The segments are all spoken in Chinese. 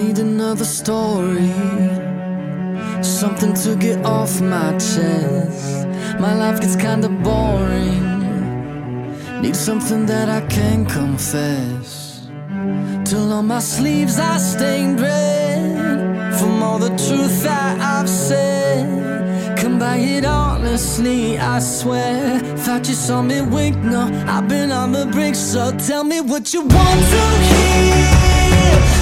another story. Something to get off my chest. My life gets kinda boring. Need something that I can confess. Till on my sleeves I stained red from all the truth that I've said. Come by it honestly, I swear. Thought you saw me wink, no, I've been on the brink, so tell me what you want to hear.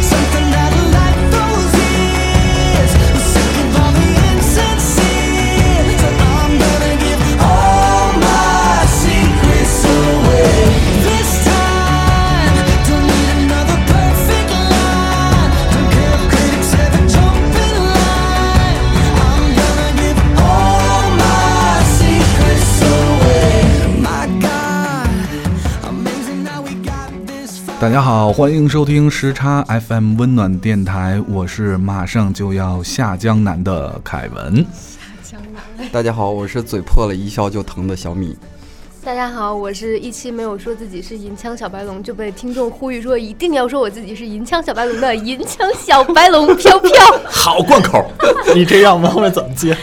Something that'll light those ears. I'm sick of all the insincere, so I'm gonna give all my secrets away. This time, don't need another perfect line. Don't care if critics ever jump in line. I'm gonna give all my secrets away. My God, amazing how we got this far. 大家好，欢迎收听时差 FM 温暖电台，我是马上就要下江南的凯文。大家好，我是嘴破了一笑就疼的小米。大家好，我是一期没有说自己是银枪小白龙，就被听众呼吁说一定要说我自己是银枪小白龙的银枪小白龙飘飘。好贯口， 你这样我们后面怎么接？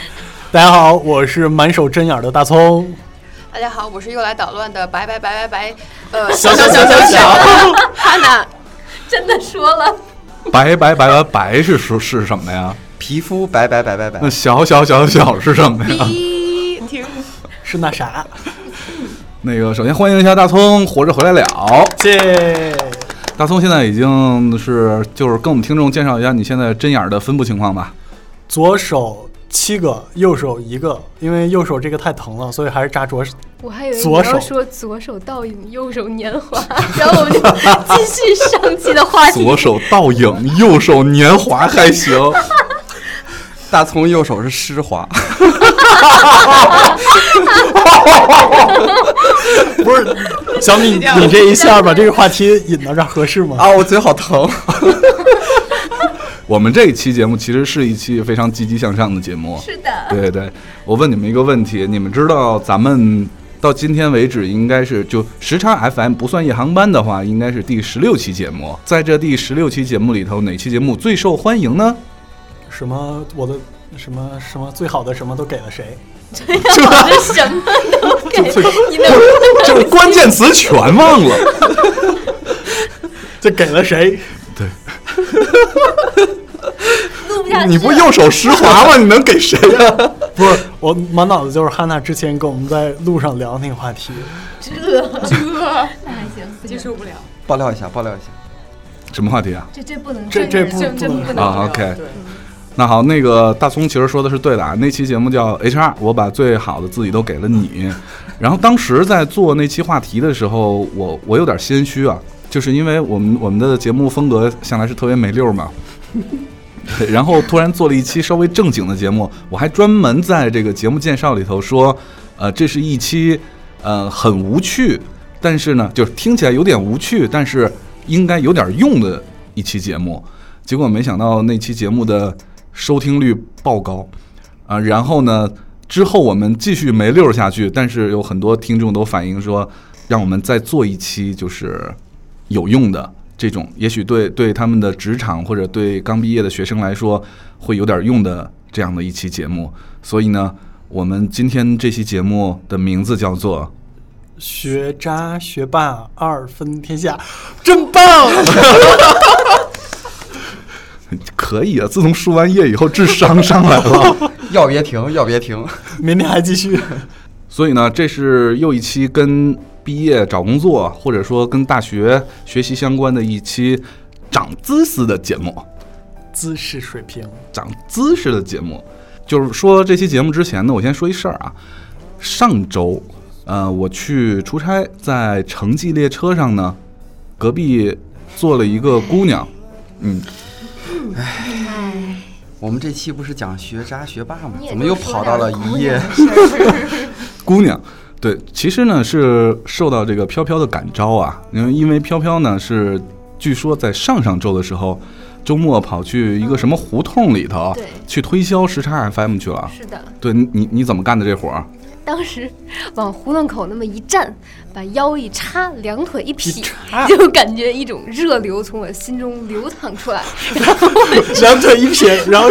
大家好，我是满手针眼儿的大葱。 大家好，我是又来捣乱的白白白白白，呃，小小小小小，哈娜，真的说了，白白白白白是说是什么呀？皮肤白白白白白那，小小小小是什么呀？咦，停，是那啥， 那个，首先欢迎一下大葱，活着回来了。谢。大葱现在已经是就是跟我们听众介绍一下你现在针眼儿的分布情况吧。左手七个，右手一个，因为右手这个太疼了，所以还是扎左手。我还以为你左手要说左手倒影，右手年华， 然后我们就继续上期的话题。左手倒影，右手年华还 行。 大葱右手是湿 滑，不是，小米， 你这一下把这个话题引到这儿合适吗？啊，我嘴好 疼。我们这一期节目其实是一期非常积极向上的节目。是的， 对对，我问你们一个问题，你们知道咱们到今天为止应该是就时差 FM 不算夜航班的话，应该是第十六期节目。在这第十六期节目里头，哪期节目最受欢迎呢？什么我的什么什么最好的什么都给了谁？我这什么都给你能就是关键词全忘了。这给了谁？录不下去。你不右手湿滑吗？你能给谁呀、不是，我满脑子就是汉娜之前跟我们在路上聊那个话题。接受不了，爆料一下，爆料一下。什么话题啊？这这不能这这不真真不不能啊，OK 那好，那个大葱其实说的是对的啊。那期节目叫 HR，我把最好的自己都给了你。然后当时在做那期话题的时候，我我有点心虚啊，就是因为我们我们的节目风格向来是特别没溜儿嘛。对 然后突然做了一期稍微正经的节目，我还专门在这个节目介绍里头说，呃，这是一期呃很无趣，但是呢，就是听起来有点无趣，但是应该有点用的一期节目。结果没想到那期节目的收听率爆高啊、然后呢，之后我们继续没溜儿下去，但是有很多听众都反映说，让我们再做一期就是有用的这种，也许对对他们的职场或者对刚毕业的学生来说会有点用的这样的一期节目。所以呢，我们今天这期节目的名字叫做学渣学霸二分天下，真棒！ “可以啊”，自从输完液以后，智商上来了。要别停，要别停。 明天还继续。所以呢，这是又一期跟毕业找工作或者说跟大学学习相关的一期长知识的节目。姿势水平，长姿势的节目。就是说这期节目之前呢，我先说一事儿啊。上周，呃，我去出差，在城际列车上呢，隔壁坐了一个姑娘，嗯，我们这期不是讲学渣学霸吗你？也怎么又跑到了一夜？姑娘，对，其实呢是受到这个飘飘的感召啊，因为因为飘飘呢是据说在上上周的时候，周末跑去一个什么胡同里头对去推销时差 FM 去了。是的，对，你你你怎么干的这活儿？当时往胡同口那么一站，把腰一插，两腿一一劈插，就感觉一种热流从我心中流淌出 来。两腿一撇，然后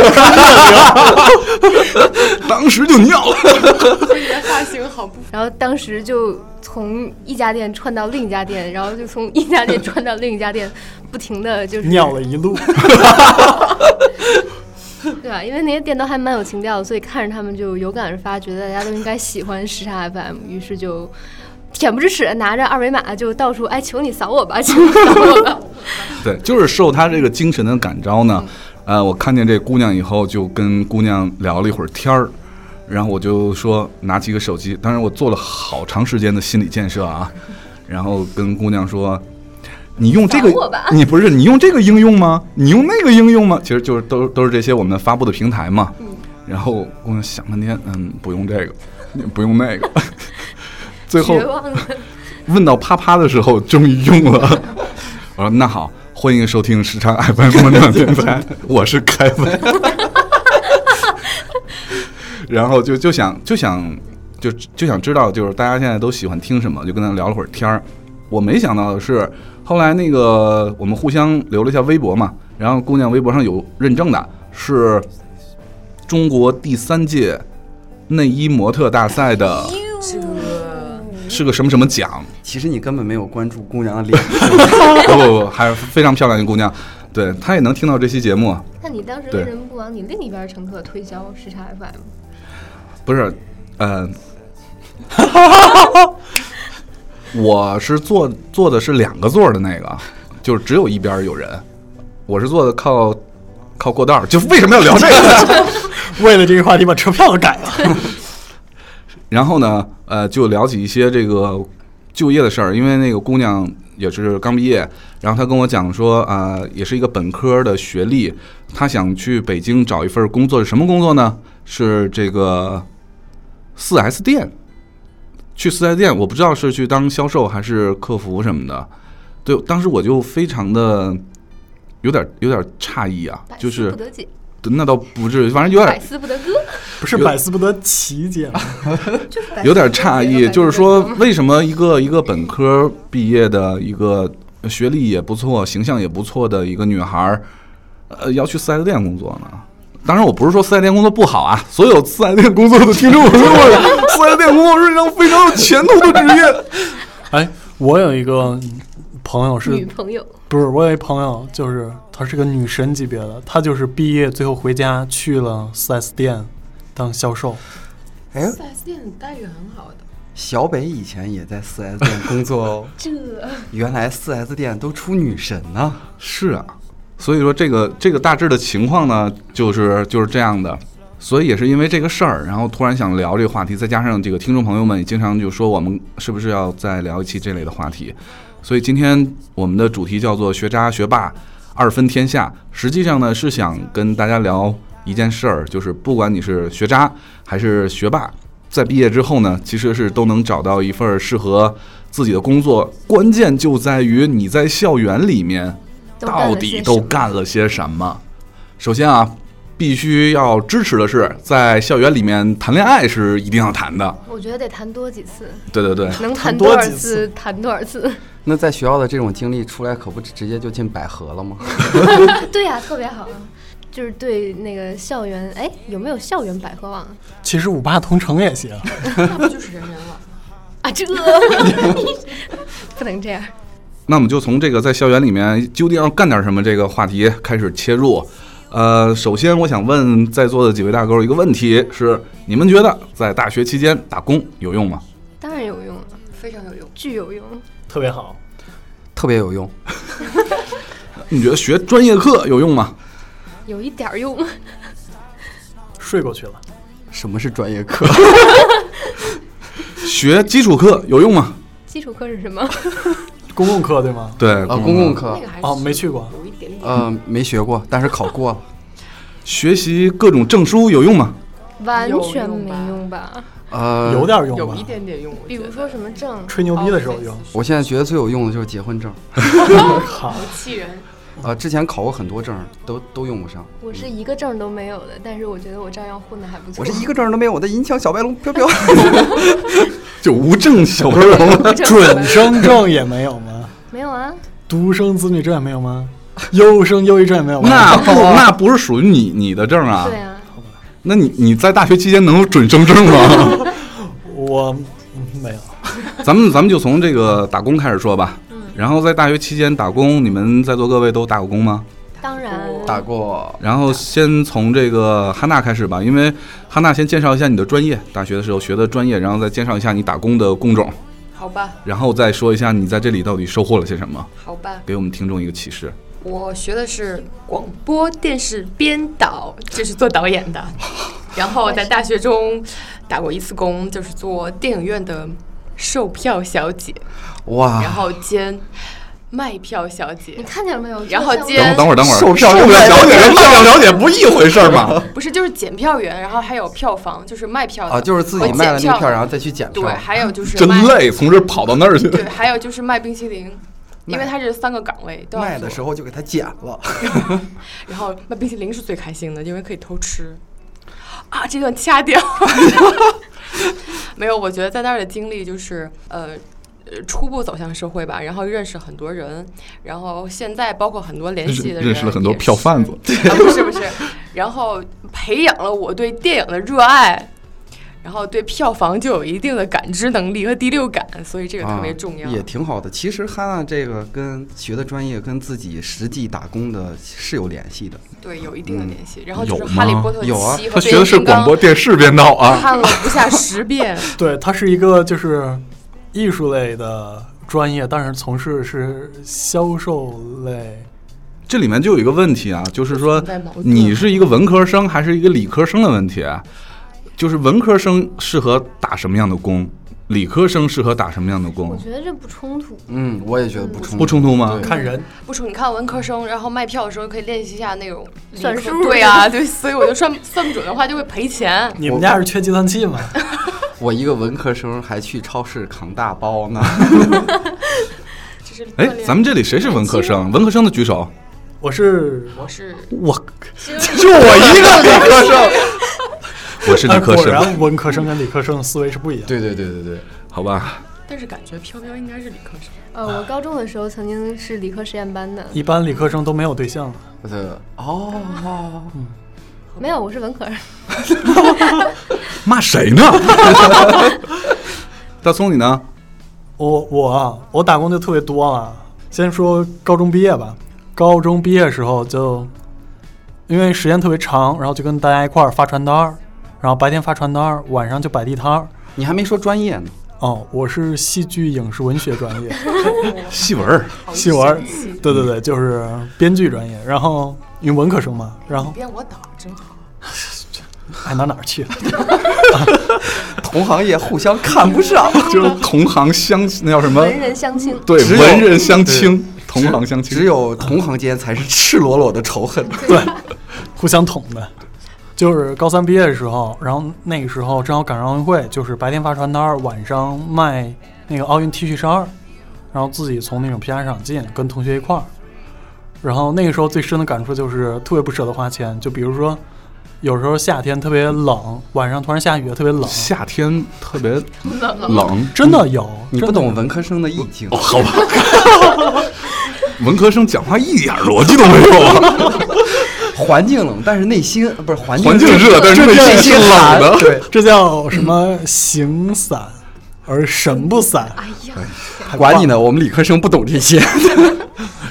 当时就尿了。我你的发型好不然后当时就从一家店串到另一家店，然后就从一家店串到另一家店，不停的就是 尿了一路。 对吧？因为那些店都还蛮有情调的，所以看着他们就有感而发，觉得大家都应该喜欢时差 FM，于是就恬不知耻地拿着二维码就到处哎，求你扫我吧，求你扫我 吧。 对，就是受他这个精神的感召嗯呢，呃，我看见这姑娘以后，就跟姑娘聊了一会儿天儿，然后我就说拿起一个手机，当然我做了好长时间的心理建设啊，然后跟姑娘说。你用这找我个吧，你不是你用这个应用吗？你用那个应用吗？其实就是都都是这些我们发布的平台嘛。嗯然后姑娘想半天，嗯，不用这个，不用那个。 最后绝望了，问到啪啪的时候，终于用 了。我说那好，欢迎收听时差 FM 梦想电台， 我是凯文。 然后就就想就想就就想知道，就是大家现在都喜欢听什么，就跟他聊了会儿天儿。我没想到的是，后来那个我们互相留了一下微博嘛，然后姑娘微博上有认证的，是中国第三届内衣模特大赛的，是个什么什么奖， 其实你根本没有关注姑娘的脸， 不不不，还是非常漂亮一个姑娘，对她也能听到这期节目。啊那你当时为对什么不往你另一边乘客推销时差 FM？不是，呃，我是坐坐的是两个座儿的那个，就是只有一边儿有人，我是坐的靠靠过道儿。就为什么要聊这个？为了这个话题，把车票都改 了。然后呢，呃，就聊起一些这个就业的事儿，因为那个姑娘也是刚毕业，然后她跟我讲说，啊、也是一个本科的学历，她想去北京找一份工作，是什么工作呢？是这个四 S 店，去四 S 店，我不知道是去当销售还是客服什么的。对，当时我就非常的有点有点诧异啊百，就思是不得解，那倒不至于，反正有百点思不得歌，不是百思不得其解吗？就是百思有点不得诧解异，就是说， 为什么一个一个本科毕业的一个学历也不错、形象也不错的一个女孩儿，呃，要去四 S 店工作呢？当然，我不是说四 S 店工作不好啊，所有四 S 店工作的听众朋友们，四 S 店工作是一项非常有前途的职业。哎，我有一个朋友女是，朋友不是我有一朋友，就是她是个女神级别的，她就是毕业最后回家去了四 S 店当销售。哎，四 S 店待遇很好的，小北以前也在四 S 店工作 哦，这原来四 S 店都出女神呢、是啊，所以说这个这个大致的情况呢，就是就是这样的。所以也是因为这个事儿，然后突然想聊这个话题，再加上这个听众朋友们也经常就说我们是不是要再聊一期这类的话题，所以今天我们的主题叫做“学渣学霸二分天下”。实际上呢，是想跟大家聊一件事儿，就是不管你是学渣还是学霸，在毕业之后呢，其实是都能找到一份儿适合自己的工作，关键就在于你在校园里面都干了到些底什都么干了些什么？首先啊，必须要支持的是，在校园里面谈恋爱是一定要谈的。我觉得得谈多几次，对对对，能谈谈多多少几次次谈多少 次。那在学校的这种经历出来，可不直接就进百合了吗？对呀、特别好啊，就是对那个校园，哎，有没有校园百合网啊其实五八同城也行，那不就是人人网？啊？这 不能这样，那我们就从这个在校园里面究竟要干点什么这个话题开始切入。呃，首先我想问在座的几位大哥一个问题是：你们觉得在大学期间打工有用吗？当然有用了，非常有用。巨有用。特别好。特别有用，你觉得学专业课有用吗？有一点儿用，睡过去了，什么是专业 课？学基础课有用吗？基础课是什 么？公共课对吗？对，啊，公共课那个，还哎是哦，没去过。有一点点。呃，没学过，但是考过了。学习各种证书有用吗？完有全用没吧用吧？呃，有。点用有吧一？点哦点用，我觉得比如说什么证？吹牛逼的时候用。我现在觉得最有用的就是结婚证，靠，气人，呃，之前考过很多证儿，都都用不上。我是一个证儿都没有的，但是我觉得我照样混的还不错。我是一个证儿都没有，我的银枪小白龙飘 飘。就无证小白龙。准生证也没有吗？没有啊，独生子女证也没有吗？优生优异证也没有吗？那不那不是属于你你的证啊？对啊，那你你在大学期间能有准生证吗？我嗯没有。咱们咱们就从这个打工开始说吧。然后在大学期间打工，你们在座各位都打过工吗？当然打过然后先从这个哈娜开始吧，因为哈娜先介绍一下你的专业，大学的时候学的专业，然后再介绍一下你打工的工种，好吧，然后再说一下你在这里到底收获了些什么，好吧，给我们听众一个启示。我学的是广播电视编导，这是做导演的。然后在大学中打过一次工，就是做电影院的售票小姐，哇然，后兼卖票小姐你。看见了没有？然后这个接等会儿，等会儿，等会儿，售票售售票票小姐跟卖票小姐不一回事儿吗？不是，就是检票员，然后还有票房，就是卖票的啊，就是自己哦卖了那检个票，的然后再去检票对，。还有就是真卖，累，从这儿跑到那儿去。对，还有就是卖冰淇淋，因为它这三个岗位都要卖的时候，候就给他剪了，然后卖冰淇淋是最开心的，因为可以偷吃。啊，这段掐掉。 没有，我觉得在那儿的经历就是，呃。呃初步走向社会吧，然后认识很多人，然后现在包括很多联系的人，认识了很多票贩子，啊，不是不是，然后培养了我对电影的热爱，然后对票房就有一定的感知能力和第六感，所以这个特别重要。啊也挺好的。其实哈娜这个跟学的专业跟自己实际打工的是有联系的。对，有一定的联系。然后有就是《哈利吗波特七》有啊 和他《学的是广播，电视编导啊。看了不下十 遍。对，它是一个就是艺术类的专业，但是从事是销售类。这里面就有一个问题啊，就是说存在矛盾你是一个文科生还是一个理科生的问题，啊就是文科生适合打什么样的工，理科生适合打什么样的我工，觉得这不冲突。嗯，我也觉得不冲不冲突吗？对看人，不出你看文科生，然后卖票的时候可以练习一下那种理算科数对啊，对，所以我就算算不准的话就会赔钱。你们家是缺计算器吗？我一个文科生还去超市扛大包 呢。这是锻哎，炼咱们这里谁是文科生？文科生的举手，我是我是我，就我一个理科生。我是理哎科果生，然文科生跟理科生的思维是不一样的。对对对对对，好吧？但是感觉飘飘应该是理科生，呃，啊我高中的时候曾经是理科实验班的，一般理科生都没有对象的，我的哦，没有，我是文科。骂谁呢？ 大葱，你呢？我我啊，我打工就特别多了。先说高中毕业吧，高中毕业的时候就因为时间特别长，然后就跟大家一块儿发传单儿，然后白天发传单儿，晚上就摆地摊儿。你还没说专业呢。哦，我是戏剧影视文学专业， 戏文儿，戏文儿，对对对，就是编剧专业。然后因为文科生嘛，然后编我导真好。哎哪哪儿去了？同行业互相看不 上，就是同行相那叫什么？文人相亲，对，只有文人相亲，同行相亲。只有同行间才是赤裸裸的仇恨。对，互相捅的。就是高三毕业的时候，然后那个时候正好赶上奥运会，就是白天发传单儿，晚上卖那个奥运 T 恤衫儿，然后自己从那种批发市场进，跟同学一块儿。然后那个时候最深的感触就是特别不舍得花钱，就比如说有时候夏天特别冷，晚上突然下雨特别 冷，夏天特别冷，真的有，你不懂文科生的意境，好吧？ 文科生讲话一点逻辑都没有 啊！环境冷，但是内心不是环境环境热，但是内心是冷的。对，这叫什么形散而神不散。哎管你呢，我们理科生不懂这些。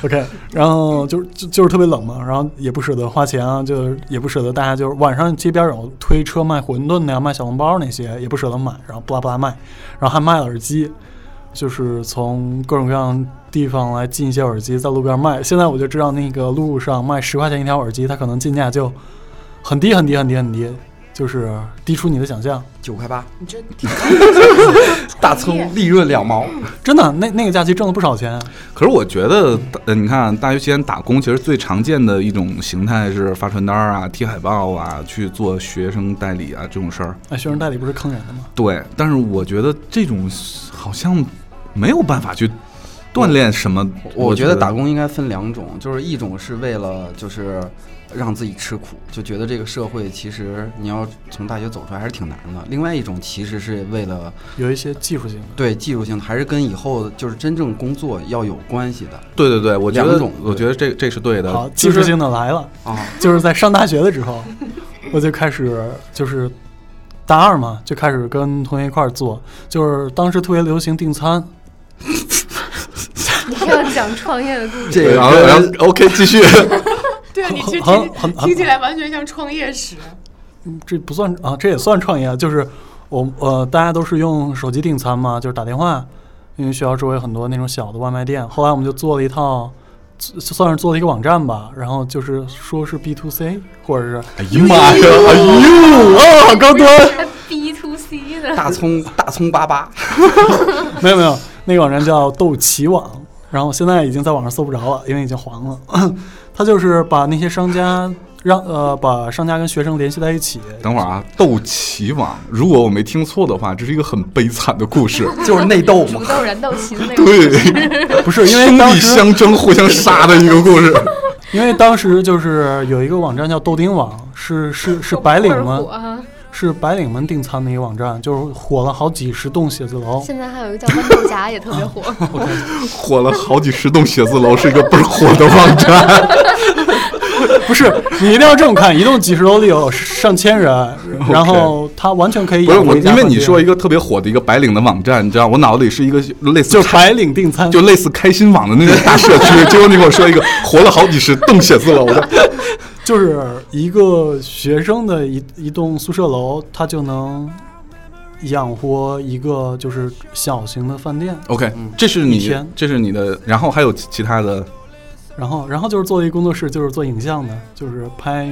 OK，然后就是就就是特别冷嘛，然后也不舍得花钱啊，就是也不舍得大家就是晚上街边有推车卖馄饨的呀、卖小笼包那些，也不舍得买，然后不拉不拉卖，然后还卖了耳机，就是从各种各样地方来进一些耳机在路边卖。现在我就知道那个路上卖十块钱一条耳机，它可能进价就很低很低很低很低，就是低出你的想象。九块八，你这大葱利润两毛，真的，那那个假期挣了不少钱啊。可是我觉得，呃，你看大学期间打工，其实最常见的一种形态是发传单啊、贴海报啊、去做学生代理啊这种事儿。哎，学生代理不是坑人的吗？对，但是我觉得这种好像没有办法去锻炼什么？我觉觉得打工应该分两种，就是一种是为了就是让自己吃苦，就觉得这个社会其实你要从大学走出来还是挺难的；另外一种其实是为了有一些技术性的。对技术性的，还是跟以后就是真正工作要有关系的对对对，我觉两得种我觉得这这是对的。好，呃技就术是性的来了，啊。 就是在上大学了之后，我就开始就是大二嘛，就开始跟同学一块儿做，就是当时特别流行订餐，要讲创业的故事，这对嗯个哎然后然后呃 OK 继 续，对啊，你这很听很很听起来完全像创业史。嗯这不算啊，这也算创业啊，就是我呃，大家都是用手机订餐嘛，就是打电话，因为学校周围很多那种小的外卖店，后来我们就做了一套。就算是做了一个网站吧，然后就是说是 B to C，或者是哎呀妈呀，哎呦啊，好高端！还 B to C 呢，大葱大葱巴巴， 没有没有，那个网站叫斗棋网，然后现在已经在网上搜不着了，因为已经黄 了。它就是把那些商家让呃把商家跟学生联系在 一起，等会儿啊，斗棋网，如果我没听错的话，这是一个很悲惨的故事。就是内斗嘛 煮。豆燃豆萁的那个。对，不是因为兄当弟时相争、互相杀的一个故事。因为当时就是有一个网站叫豆丁网，是 是是白领或者们火啊！是白领们订餐的一个网站，就是火了好几十栋写字 楼。现在还有一个叫豌豆荚也特别火，火了好几十栋写字楼，是一个倍儿火的网 站。不是你一定要这么看，一栋几十楼里有上 千人，然后它完全可以不是养活我，一家因为你饭店说一个特别火的一个白领的网站，你知道，我脑子里是一个类似就是白领订餐，就类似开心网的那种大社区，结果你给我说一个活了好几十栋写字楼 的，就是一个学生的一一栋宿舍楼，它就能养活一个就是小型的饭店。 OK，嗯这是一你天，这是你的，然后还有其其他的，然后，然后就是做一个工作室，就是做影像的，就是拍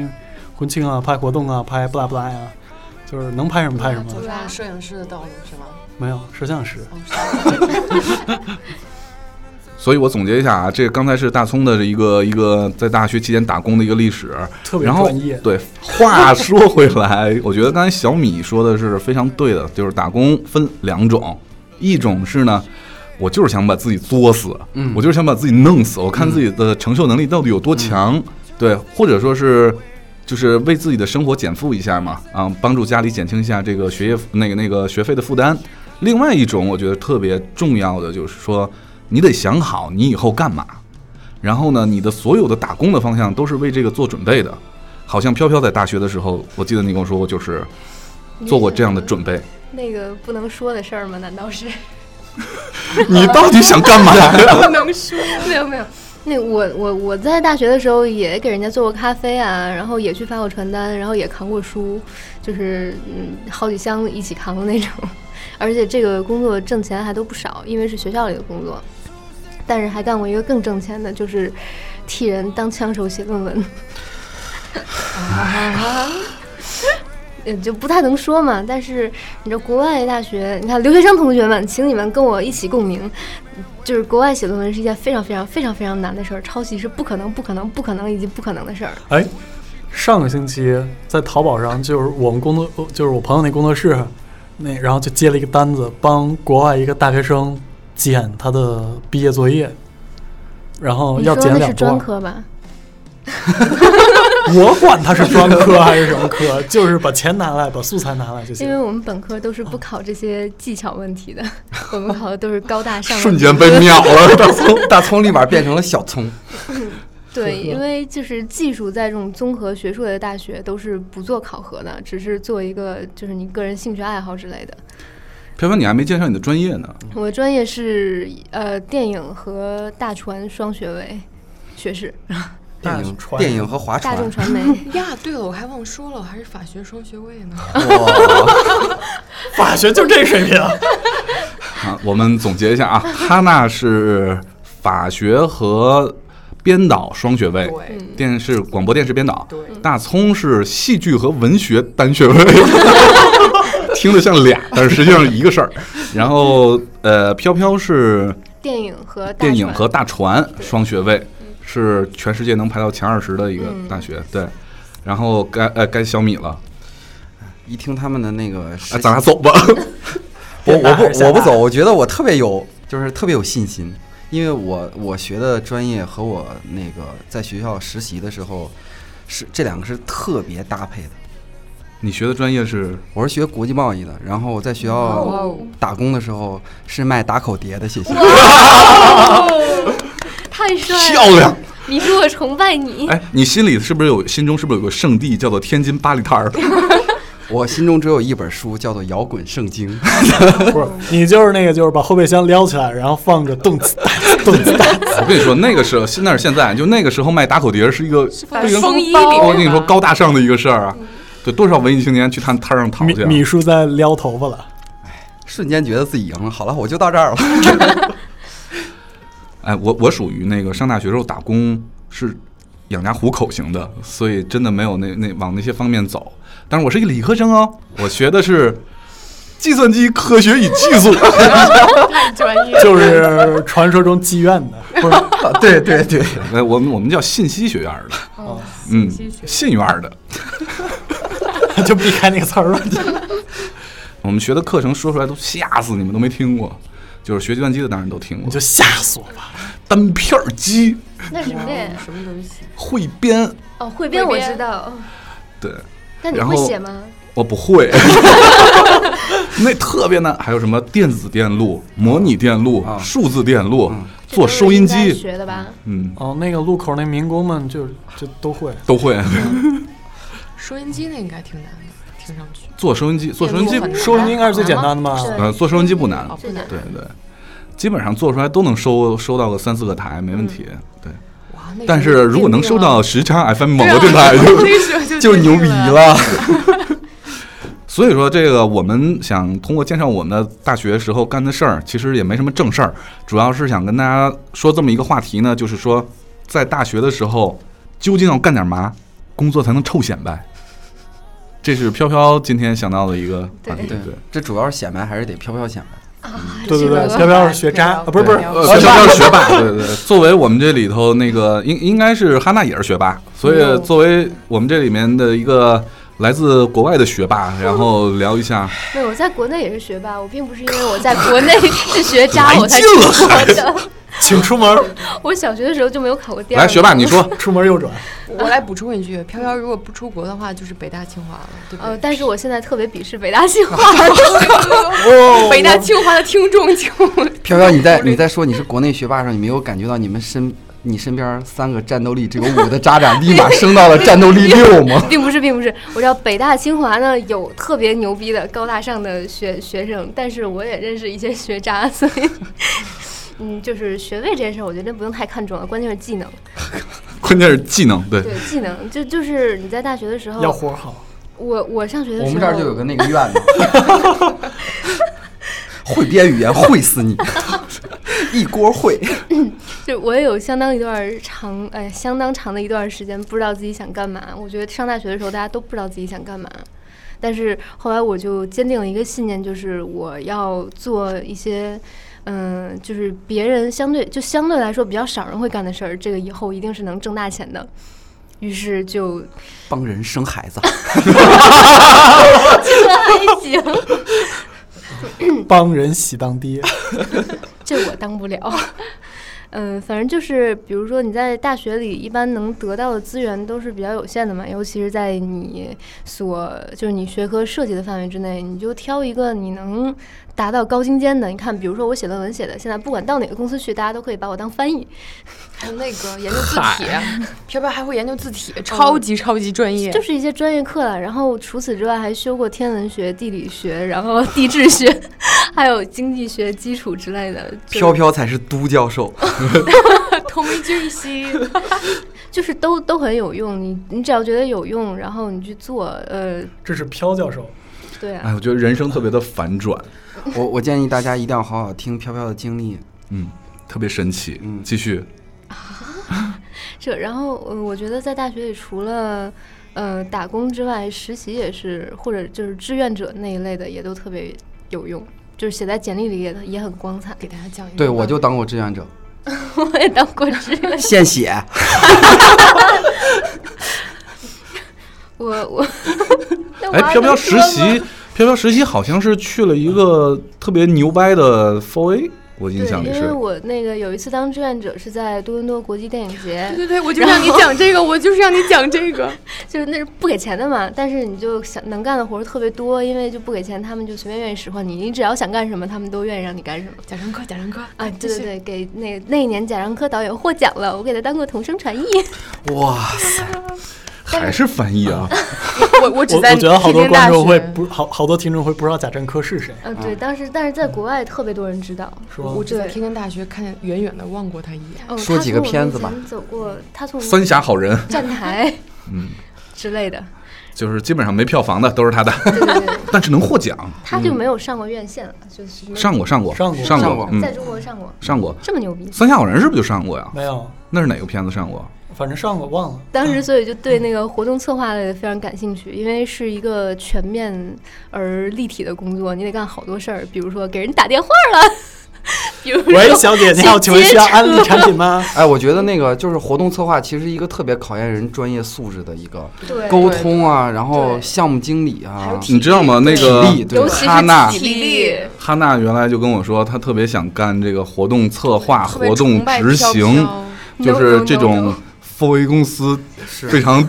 婚庆啊、拍活动啊、拍不拉不拉呀，就是能拍什么拍什么。走上啊摄影师的道路是吗？没有摄像师，哦，是所以我总结一下啊，这刚才是大葱的一个一个在大学期间打工的一个历史，特别然后专业。对，话说回来，我觉得刚才小米说的是非常对的，就是打工分两种，一种是呢，我就是想把自己作死，嗯我就是想把自己弄死，我嗯看自己的承受能力到底有多强，对，或者说是。就是为自己的生活减负一下嘛，啊，帮助家里减轻一下这个学业那个那个学费的负担。另外一种我觉得特别重要的就是说，你得想好你以后干嘛，然后呢，你的所有的打工的方向都是为这个做准备的。好像飘飘在大学的时候，我记得你跟我说过，就是做过这样的准 备。那个不能说的事儿吗？难道是？你到底想干 嘛呀？不能说。没有没有，那我我我在大学的时候也给人家做过咖啡啊，然后也去发过传单，然后也扛过书，就是嗯好几箱一起扛的那种， 而且这个工作挣钱还都不少，因为是学校里的工作，啊但是还干过一个更挣钱的，就是替人当枪手写论文。也就不太能说嘛，但是你这国外大学，你看留学生同学们，请你们跟我一起共鸣，就是国外写论文是一件非常非常非常非常难的事儿，抄袭是不可能、不可能、不可能以及不可能的事儿。哎，上个星期在淘宝上，就是我们工作，呃就是我朋友那工作室，那然后就接了一个单子，帮国外一个大学生剪他的毕业作业，然后你哦要说剪的两是专波。科吧？ 我管他是专科还是什么科，就是把钱拿来，把素材拿来就因为行。我们本科都是不考这些技巧问题 的，我们考的都是高大上。瞬间被。秒了。 大葱大葱立马变成了小葱，对，因为就是技术在这种综合学术类的大学都是不做考核的，只是做一个就是你个人兴趣爱好之类的。飘飘，你还没介绍你的专业嗯呢。我的专业是呃电影和大传双学位学士，大电影船电影和划大船，众传媒。 呀，对了，我还忘说了，我还是法学双学位 呢。哇，法学就 这水平，啊，我们总结一 下啊，哈娜是法学和编导双学位，对电视广播电视编导。对，大葱是戏剧和文学单 学位，听着像俩，但是实际上是一个事儿。然后呃，飘飘是电影和大电影传和大船双学位，是全世界能排到前二十的一个大学。对，然后该呃该小米了，一听他们的那个啊，实习咱俩 走吧。我我还是不下我不大走，我觉得我特别有，就是特别有信心，因为我我学的专业和我那个在学校实习的时候，是这两个是特别搭配的。你学的专业 是我是学国际贸易的，然后我在学哇校哦打工的时候是卖打口碟的，谢谢。太帅了，漂 亮。你是我崇拜 你。哎，你心里是不是有心中是不是有个圣地叫做天津八里摊 儿？我心中只有一本书，叫做《摇滚圣经》。不是，你就是那个，就是把后备箱撩起来，然后放着动次打次动次打次。我跟你说，那个时候，那是现在，就那个时候卖打口碟儿是一个把对人风衣里我跟你面说吧高大上的一个事儿啊。对，多少文艺青年去摊摊上淘米去啊？米叔在撩头发了，瞬间觉得自己赢了。好了，我就到这儿了。哎，我我属于那个上大学时候打工是养家糊口型的，所以真的没有那那往那些方面走。但是我是一个理科生哦，我学的是计算机科学与技术。 太专业了，就是传说中妓院的， 不是啊对对对，哎，我们我们叫信息学院儿的，哦嗯信息，学信院儿的。就避开那个词儿了。我们学的课程说出来都吓死你们，都没听过。就是学计算机的当然都听你过就，吓死我吧！单片儿机那什么呀？什么东西？汇编，哦，汇编我汇编知道，哦对那你然会后写吗？我不会， 那特别难。还有什么电子电路、模拟电路、啊数字电路、这做都是收音应该机，学的吧？嗯，哦，那个路口那民工们就就都会，都会。 收音机那应该挺难的，听上去。做收音机，做收音机电路很，收音机应该是啊最简单的吧？对呃，做收音机不难哦，是不的难。对对，基本上做出来都能收收到个三四个台，没问嗯题。对，哇，那但时是候如果能奠定收了到时差 FM 某对个啊电台，就 那时候就就奠牛定逼了。了。所以说，这个我们想通过介绍我们的大学时候干的事儿，其实也没什么正事儿，主要是想跟大家说这么一个话题呢，就是说，在大学的时候究竟要干点嘛，工作才能臭显摆。这是飘飘今天想到的一个话题， 对对。，这主要是显摆还是得飘飘显摆。对对对这，个要不要是学渣啊？对不是不是，对呃，学飘霸飘是学霸，对对。对作为我们这里头那个应应该是哈娜也是学霸，所以作为我们这里面的一个来自国外的学霸，然后聊一下没有，我在国内也是学霸，我并不是因为我在国内 是学渣来我才出劲了国的。请出门，我小学的时候就没有考过第二。来，学霸，你。说，出门右转。我来补充一句，飘飘如果不出国的话，就是北大清华了，对不呃，对？但是我现在特别鄙视北大清华的北大清华的听众就飘飘，你 在你在说你是国内学霸的时候，你没有感觉到你们身你身边三个战斗力只有五的渣渣，立马升到了战斗力六 吗？ 并不是，并不是。我知道北大清华呢有特别牛逼的高大上的学学生，但是我也认识一些学渣，所以， 嗯，就是学位这件事儿，我觉得不用太看重了，关键是技能。关键是技 能，对，对，技能就就是你在大学的时候，要活好，我我上学的时候，我们这儿就有个那个院子， 会编语言会死你， 一锅烩。就我也有相当一段儿长，哎，相当长的一段儿时间不知道自己想干嘛。我觉得上大学的时候大家都不知道自己想干嘛，但是后来我就坚定了一个信念，就是我要做一些，嗯、就是别人相对就相对来说比较少人会干的事儿，这个以后一定是能挣大钱的。于是就帮人生孩子，这个还行，帮人喜当爹，这我当不了。 嗯，反正就是，比如说你在大学里一般能得到的资源都是比较有限的嘛，尤其是在你所就是你学科涉及的范围之内，你就挑一个你能达到高精尖的。你看，比如说我写论文写的，现在不管到哪个公司去，大家都可以把我当翻译。还有那个研究字体，哦飘飘还会研究字体，超级超级专业。就是一些专业课了。然后除此之外，还修过天文学、地理学，然后地质学， 还有经济学基础之类的。就是飘飘才是都教 授。同为君 兮，就是都都很有用。你你只要觉得有用，然后你去做，呃，这是飘教授。 对啊。哎，我觉得人生特别的反转，我我建议大家一定要好好听飘飘的经历，嗯，特别神奇嗯。继续，是，然后嗯、呃我觉得在大学里除了呃打工之外，实习也是，或者就是志愿者那一类的也都特别有用，就是写在简历里也也很光彩。给大家讲一个。对我就当过志愿者， 我也当过志愿者，献血。我 我，那我哎，还飘飘能实说吗习，飘飘实习好像是去了一个特别牛掰的 4A 我印对，象里因是为。我那个有一次当志愿者是在多伦多国际电影节， 对对，我就让你讲这个，我就是让你讲这个。 就是那是不给钱的嘛，但是你就想能干的活儿特别多，因为就不给钱，他们就随便愿意使唤你，你只要想干什么，他们都愿意让你干什么。贾樟柯，贾樟柯啊，对哎就是对对，给那那一年贾樟柯导演获奖了，我给他当过同声传译。哇塞，还是翻译 啊！我我我只在我觉得好多天津大观众会学不好，好多听众会不知道贾樟柯是谁。嗯、对，当时但是在国外特别多人知道。是吧？我只在天津大学看远远的望过他一眼。哦，说他几从个我片面子吧前走过，他从三峡好人站台，嗯， 之类的，就是基本上没票房的都是他的，对对对， 但是能获奖，他就没有上过院线了，就是没上过上过上过上上过嗯在，中国上过，上过。这么牛逼。三峡好人是不是就上过呀？没有，那是哪个片子上过？反正上过忘了。当时所以就对那个活动策划类的非常感兴趣，因为是一个全面而立体的工作，你得干好多事儿，比如说给人打电话了， 比如说喂，小姐，你好，请问需要安利产品吗？哎，我觉得那个就是活动策划，其实一个特别考验人专业素质的一个对沟通啊，然后对项目经理还啊有，体你知道吗？那个体力对尤其哈娜是体力，哈娜原来就跟我说，她特别想干这个活动策划、特别活动崇拜执飘行，飘就是这 No, no, no, 种 no 作为公司是非 常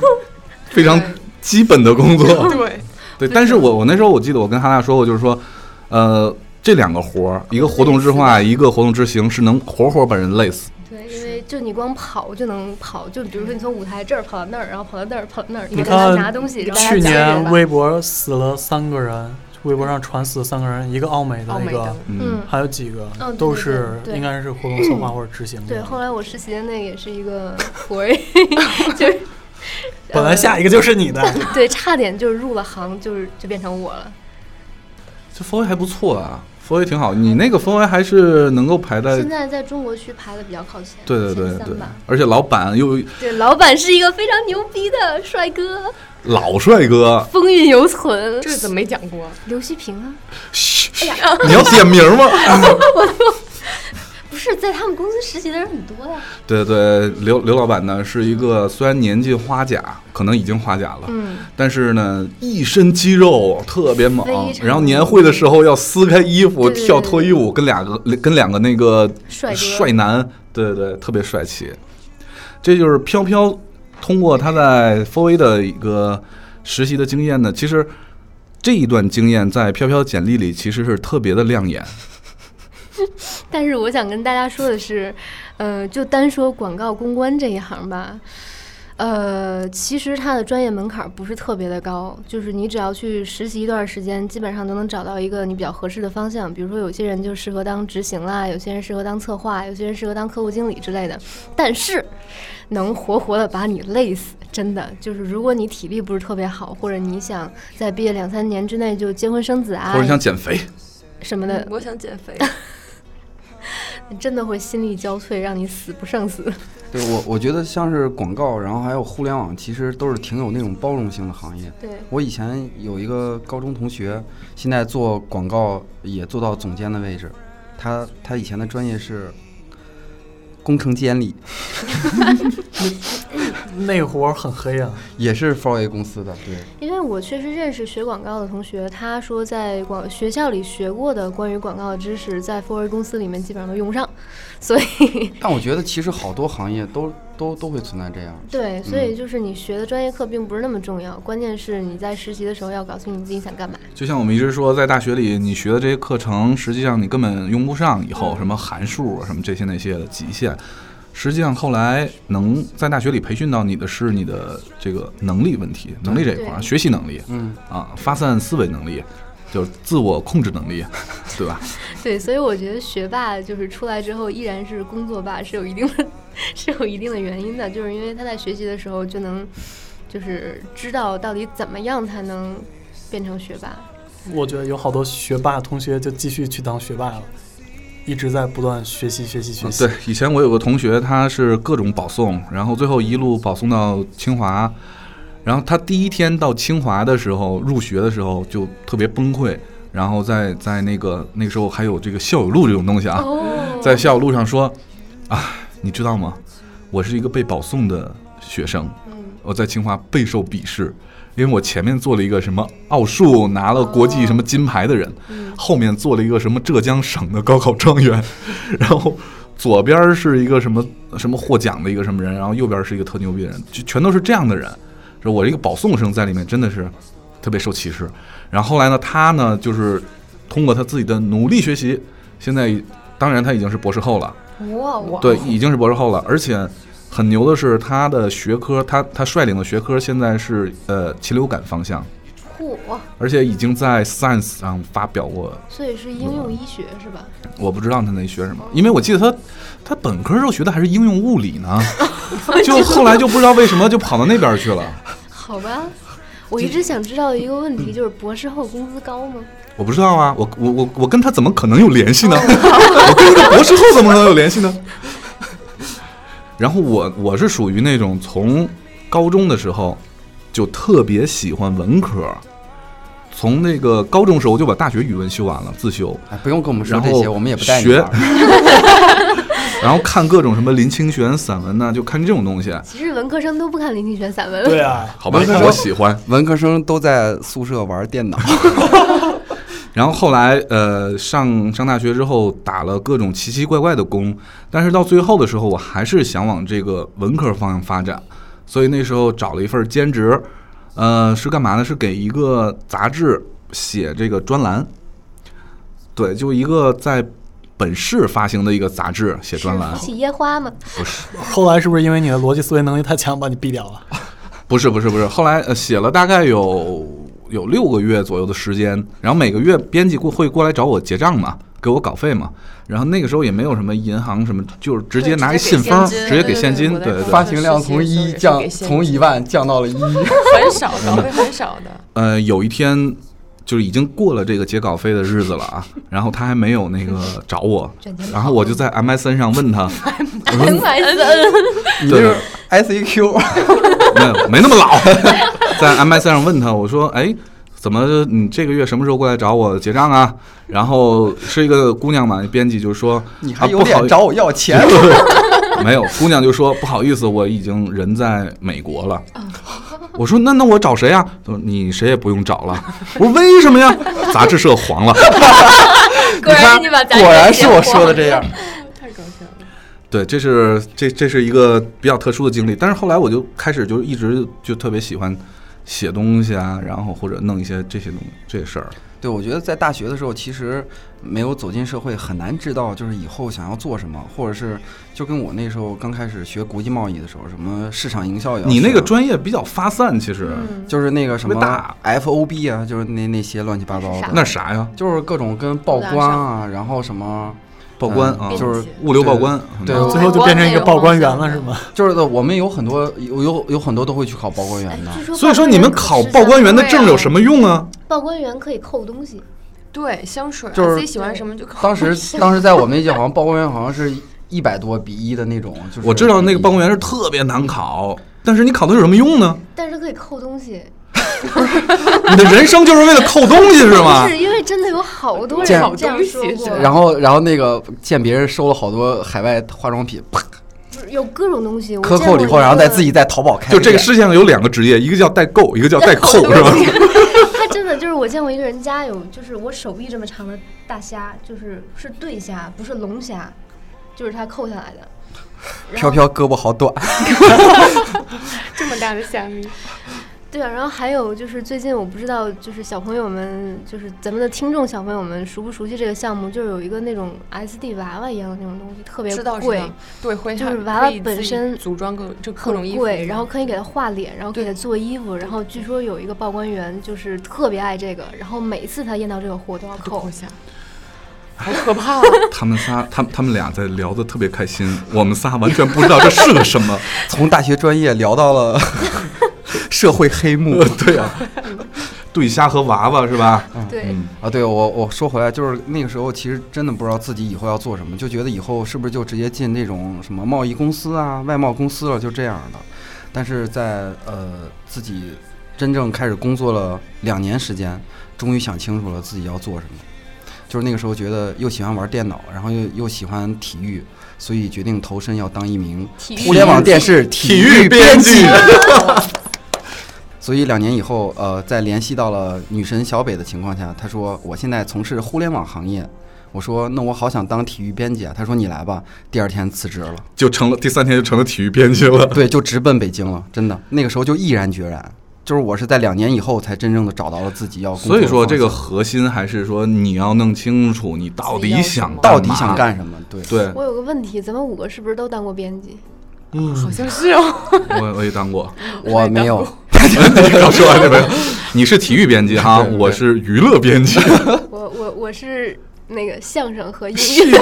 非常对基本的工作。对，对，但是我我那时候我记得我跟哈娜说过，就是说，呃，这两个活儿，一个活动制化，一个活动执行，是能活活把人累死。对，因为就你光跑就能跑，就比如说你从舞台这儿跑到那儿，然后跑到那儿，跑到那儿，你你给他看拿东西，然后去他拿年东西微博死了三个人，微博上传死了三个人，一个奥美的奥一美个的，嗯。还有几个哦对都是对对对应该是活动策划或者执行对，的。后来我实习的那个也是一个活儿， 就是本来下一个就是你的，对，差点就是入了行，就是就变成我了。这氛围还不错啊，氛围挺好。你那个氛围还是能够排在现，在在中国区排的比较靠前，对对对前三对吧，而且老板又对，老板是一个非常牛逼的帅哥，老帅哥，风韵犹存。这怎么没讲过？刘希平啊，嘘，哎 你要点名吗？不是在他们公司实习的人很多呀、对对，刘刘老板呢是一个虽然年近花甲，可能已经花甲了，嗯，但是呢一身肌肉特别猛非，常然后年会的时候要撕开衣服对对对跳脱衣舞，跟两个跟两个那个帅哥帅男，对对对，特别帅气。这就是飘飘通过他在 f o A 的一个实习的经验呢，其实这一段经验在飘飘简历里其实是特别的亮眼。但是我想跟大家说的是，呃，就单说广告公关这一行吧，呃，其实它的专业门槛不是特别的高，就是你只要去实习一段时间，基本上都能找到一个你比较合适的方向。比如说，有些人就适合当执行啦，有些人适合当策划，有些人适合当客户经理之类的。但是，能活活的把你累死，真的就是如果你体力不是特别好，或者你想在毕业两三年之内就结婚生子啊或者想减肥，什么的，嗯我想减 肥。真的会心力交瘁，让你死不胜死。对我我觉得像是广告，然后还有互联网，其实都是挺有那种包容性的行业。对，我以前有一个高中同学，现在做广告也做到总监的位置，他他以前的专业是工程监理，那活儿很黑啊。也是 f o r A 公司的，对。因为我确实认识学广告的同学，他说在广学校里学过的关于广告的知识，在 Forward 公司里面基本上都用不上， 所以但我觉得其实好多行业都都都会存在这样。对，所以就是你学的专业课并不是那么重要，关键是你在实习的时候要搞清楚你自己想干嘛。就像我们一直说，在大学里你学的这些课程，实际上你根本用不上。以后什么函数啊，什么这些那些的极限，实际上后来能在大学里培训到你的是你的这个能力问题，能力这一块儿，对学习能力嗯，啊，发散思维能力，就是自我控制能力，对吧？对，所以我觉得学霸就是出来之后依然是工作霸，是有一定的， 是有一定的原因的，就是因为他在学习的时候就能，就是知道到底怎么样才能变成学霸。我觉得有好多学霸同学就继续去当学霸了，一直在不断学习学习学嗯习。对，以前我有个同学，他是各种保送，然后最后一路保送到清华。然后他第一天到清华的时候，入学的时候就特别崩溃，然后在在那个那个时候还有这个校友录这种东西啊，哦在校友录上说，啊，你知道吗？我是一个被保送的学生，嗯，我在清华备受鄙视，因为我前面做了一个什么奥数拿了国际什么金牌的人，哦嗯后面做了一个什么浙江省的高考状元， 然后左边是一个什么什么获奖的一个什么人，然后右边是一个特牛逼的人，就全都是这样的人。说我这个保送生在里面真的是特别受歧视。然后后来呢，他呢就是通过他自己的努力学习，现在当然他已经是博士后了。哇哇，对，已经是博士后了，而且很牛的是他的学科，他他率领的学科现在是呃禽流感方向，嚯，而且已经在 Science 上发表过。所以是应用医学是吧？我不知道他那学什么，因为我记得他他本科时候学的还是应用物理呢，就后来就不知道为什么就跑到那边去了。好吧，我一直想知道一个问题，就是博士后工资高吗？我不知道啊，我我我我跟他怎么可能有联系呢？ 我跟个博士后怎么可能有联系呢？ 然后我我是属于那种从高中的时候就特别喜欢文科，从那个高中时候我就把大学语文修完了自修，哎，不用跟我们说然这后些，我们也不带你学 玩儿。然后看各种什么林清玄散文呐、就看这种东西。其实文科生都不看林清玄散文了。对啊，好吧文科，我喜欢。文科生都在宿舍玩电脑，然后后来呃上上大学之后打了各种奇奇怪怪的工，但是到最后的时候，我还是想往这个文科方向发展，所以那时候找了一份兼职，呃是干嘛呢？是给一个杂志写这个专栏，对，就一个在本市发行的一个杂志写专栏 是扶，起烟花吗？不是后来是不是因为你的逻辑思维能力太强，把你毙掉了？不是不是不是，后来呃写了大概有有六个月左右的时间，然后每个月编辑过会过来找我结账嘛，给我稿费嘛，然后那个时候也没有什么银行什么，就是直接拿一信封儿直接给现金，对对对对， 发行量从一降给现金从一万降到了一。很少稿费 很少的，呃，有一天就是已经过了这个结稿费的日子了啊，然后他还没有那个找 我，然后我就在 MSN 上问他，很买的，你对这 是 ICQ，没有没那么老， 在 MSN 上问他，我说，哎，怎么你这个月什么时候过来找我结账啊？然后是一个姑娘嘛，编辑就说， 你还啊有脸找我要钱？不好意 没有，姑娘就说不好意思，我已经人在美国了。哦我说那那我找谁呀、他说你谁也不用找了。我说为什么呀？杂志社黄了。果然你把咱果然是我说的这样。太搞笑了。对，这是这这是一个比较特殊的经历。但是后来我就开始就一直就特别喜欢写东西啊，然后或者弄一些这些东这些事儿。对，我觉得在大学的时候，其实没有走进社会，很难知道就是以后想要做什么，或者是就跟我那时候刚开始学国际贸易的时候，什么市场营销也要你那个学专业比较发散，其实、就是那个什特别大么 FOB 啊，就是那那些乱七八糟那是啥的，那啥呀，就是各种跟报关啊，然后什么呃报关啊，嗯就是物流报嗯关。对最后就变成一个报关员了是吗？ 就是我们有很多有有有很多都会去考报关员的。哎所以说你们考报关员的证有什么用啊？报关员可以扣东西，对，香水啊就是自己喜欢什么就搞。当时当时在我们那届好像报关员好像是一百多比一的那种，就是我知道那个报关员是特别难考，但是你考它有什么用呢？但是可以扣东西，你的人生就是为了扣东西是吗不？ 是因为真的有好多见人这样说好东西过是，吧然后，然后那个见别人收了好多海外化妆品，啪，就是有各种东西，我克见扣过了以一后，然后个再自己在淘宝开就这店。个世界上有两个职业，一个叫代购，一个叫 代扣，是吧？他真的就是我见过一个人家有，就是我手臂这么长的大虾，就是是对虾，不是龙虾，就是他扣下来的。然飘后飘胳膊好短，这么大的虾米，对啊，然后还有就是最近我不知道，就是小朋友们，就是咱们的听众小朋友们熟不熟悉这个项目？就是有一个那种 SD 娃娃一样的那种东西，特别知道知贵道，，对，会就是还娃可娃以本自己身组装各就各种很衣服，贵，然后可以给他画脸，然后给他对做衣服，然后据说有一个报关员就是特别爱这个，然后每次他验到这个货都要扣扣。下，好可怕、啊！他们仨，他们他们俩在聊的特别开心，我们仨完全不知道这是个什 么。从大学专业聊到了 社会黑幕。呃对呀、对虾和娃娃是吧？对，嗯，啊，对我我说回来，就是那个时候其实真的不知道自己以后要做什么，就觉得以后是不是就直接进那种什么贸易公司啊、外贸公司了，就这样的。但是在呃自己真正开始工作了两年时间，终于想清楚了自己要做什么。就是那个时候觉得又喜欢玩电脑，然后又又喜欢体育，所以决定投身要当一名体互联网电视体育编辑。 所以两年以后，呃，在联系到了女神小北的情况下，她说我现在从事互联网行业。我说那我好想当体育编辑啊，她说你来吧。第二天辞职了，就成了第三天就成了体育编辑了。 对，就直奔北京了，真的。那个时候就毅然决然，就是我是在两年以后才真正的找到了自己要工作所的以方向。说，这个核心还是说你要弄清楚你到底想到干底嘛想干什么？对 对，我有个问题，咱们五个是不是都当过编辑？嗯好，像 是哦，我我也当 过。我没有，你刚说完这没有？你是体育编辑哈，对对我是娱乐编 辑。我我我是那个相声和音乐，